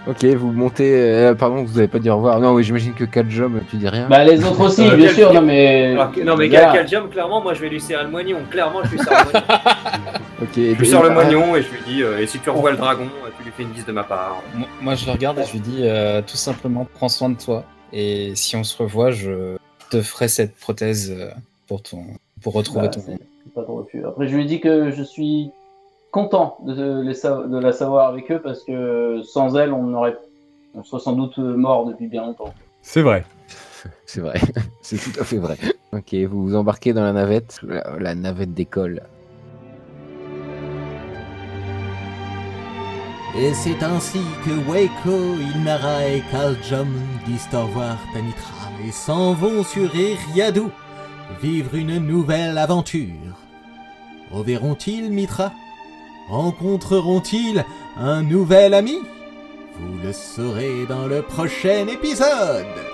[SPEAKER 4] Ok, vous montez. euh, pardon, vous avez pas dit au revoir. Non, oui, j'imagine que Kajom, tu dis rien.
[SPEAKER 1] bah, les autres aussi,
[SPEAKER 5] Euh,
[SPEAKER 1] bien
[SPEAKER 5] quel-
[SPEAKER 1] sûr. Non, mais.
[SPEAKER 5] Alors, que- Ah, non, mais
[SPEAKER 1] Voilà.
[SPEAKER 5] Calcium, clairement, moi, je vais lui serrer le moignon. Clairement, je lui serre le moignon.
[SPEAKER 4] ok,
[SPEAKER 5] je lui serre le
[SPEAKER 4] bah,
[SPEAKER 5] moignon et je lui dis euh, Et si tu revois le dragon, euh, tu lui fais une bise de ma part.
[SPEAKER 7] Moi, moi, je le regarde et je lui dis euh, tout simplement prends soin de toi. Et si on se revoit, je te ferai cette prothèse euh, pour, ton, pour retrouver
[SPEAKER 1] Bah,
[SPEAKER 7] ton.
[SPEAKER 1] c'est- c'est pas drôle, tu- Après, je lui dis que je suis content de, les sa- de la savoir avec eux parce que sans elle, on aurait, on serait sans doute mort depuis bien longtemps.
[SPEAKER 6] C'est vrai.
[SPEAKER 4] C'est vrai, c'est tout à fait vrai. Ok, vous vous embarquez dans la navette, la, la navette d'école.
[SPEAKER 3] Et c'est ainsi que Waco, Ilnara et Kaljom disent au revoir à Mitra et s'en vont sur Eriadou vivre une nouvelle aventure. Reverront-ils Mitra Rencontreront-ils un nouvel ami Vous le saurez dans le prochain épisode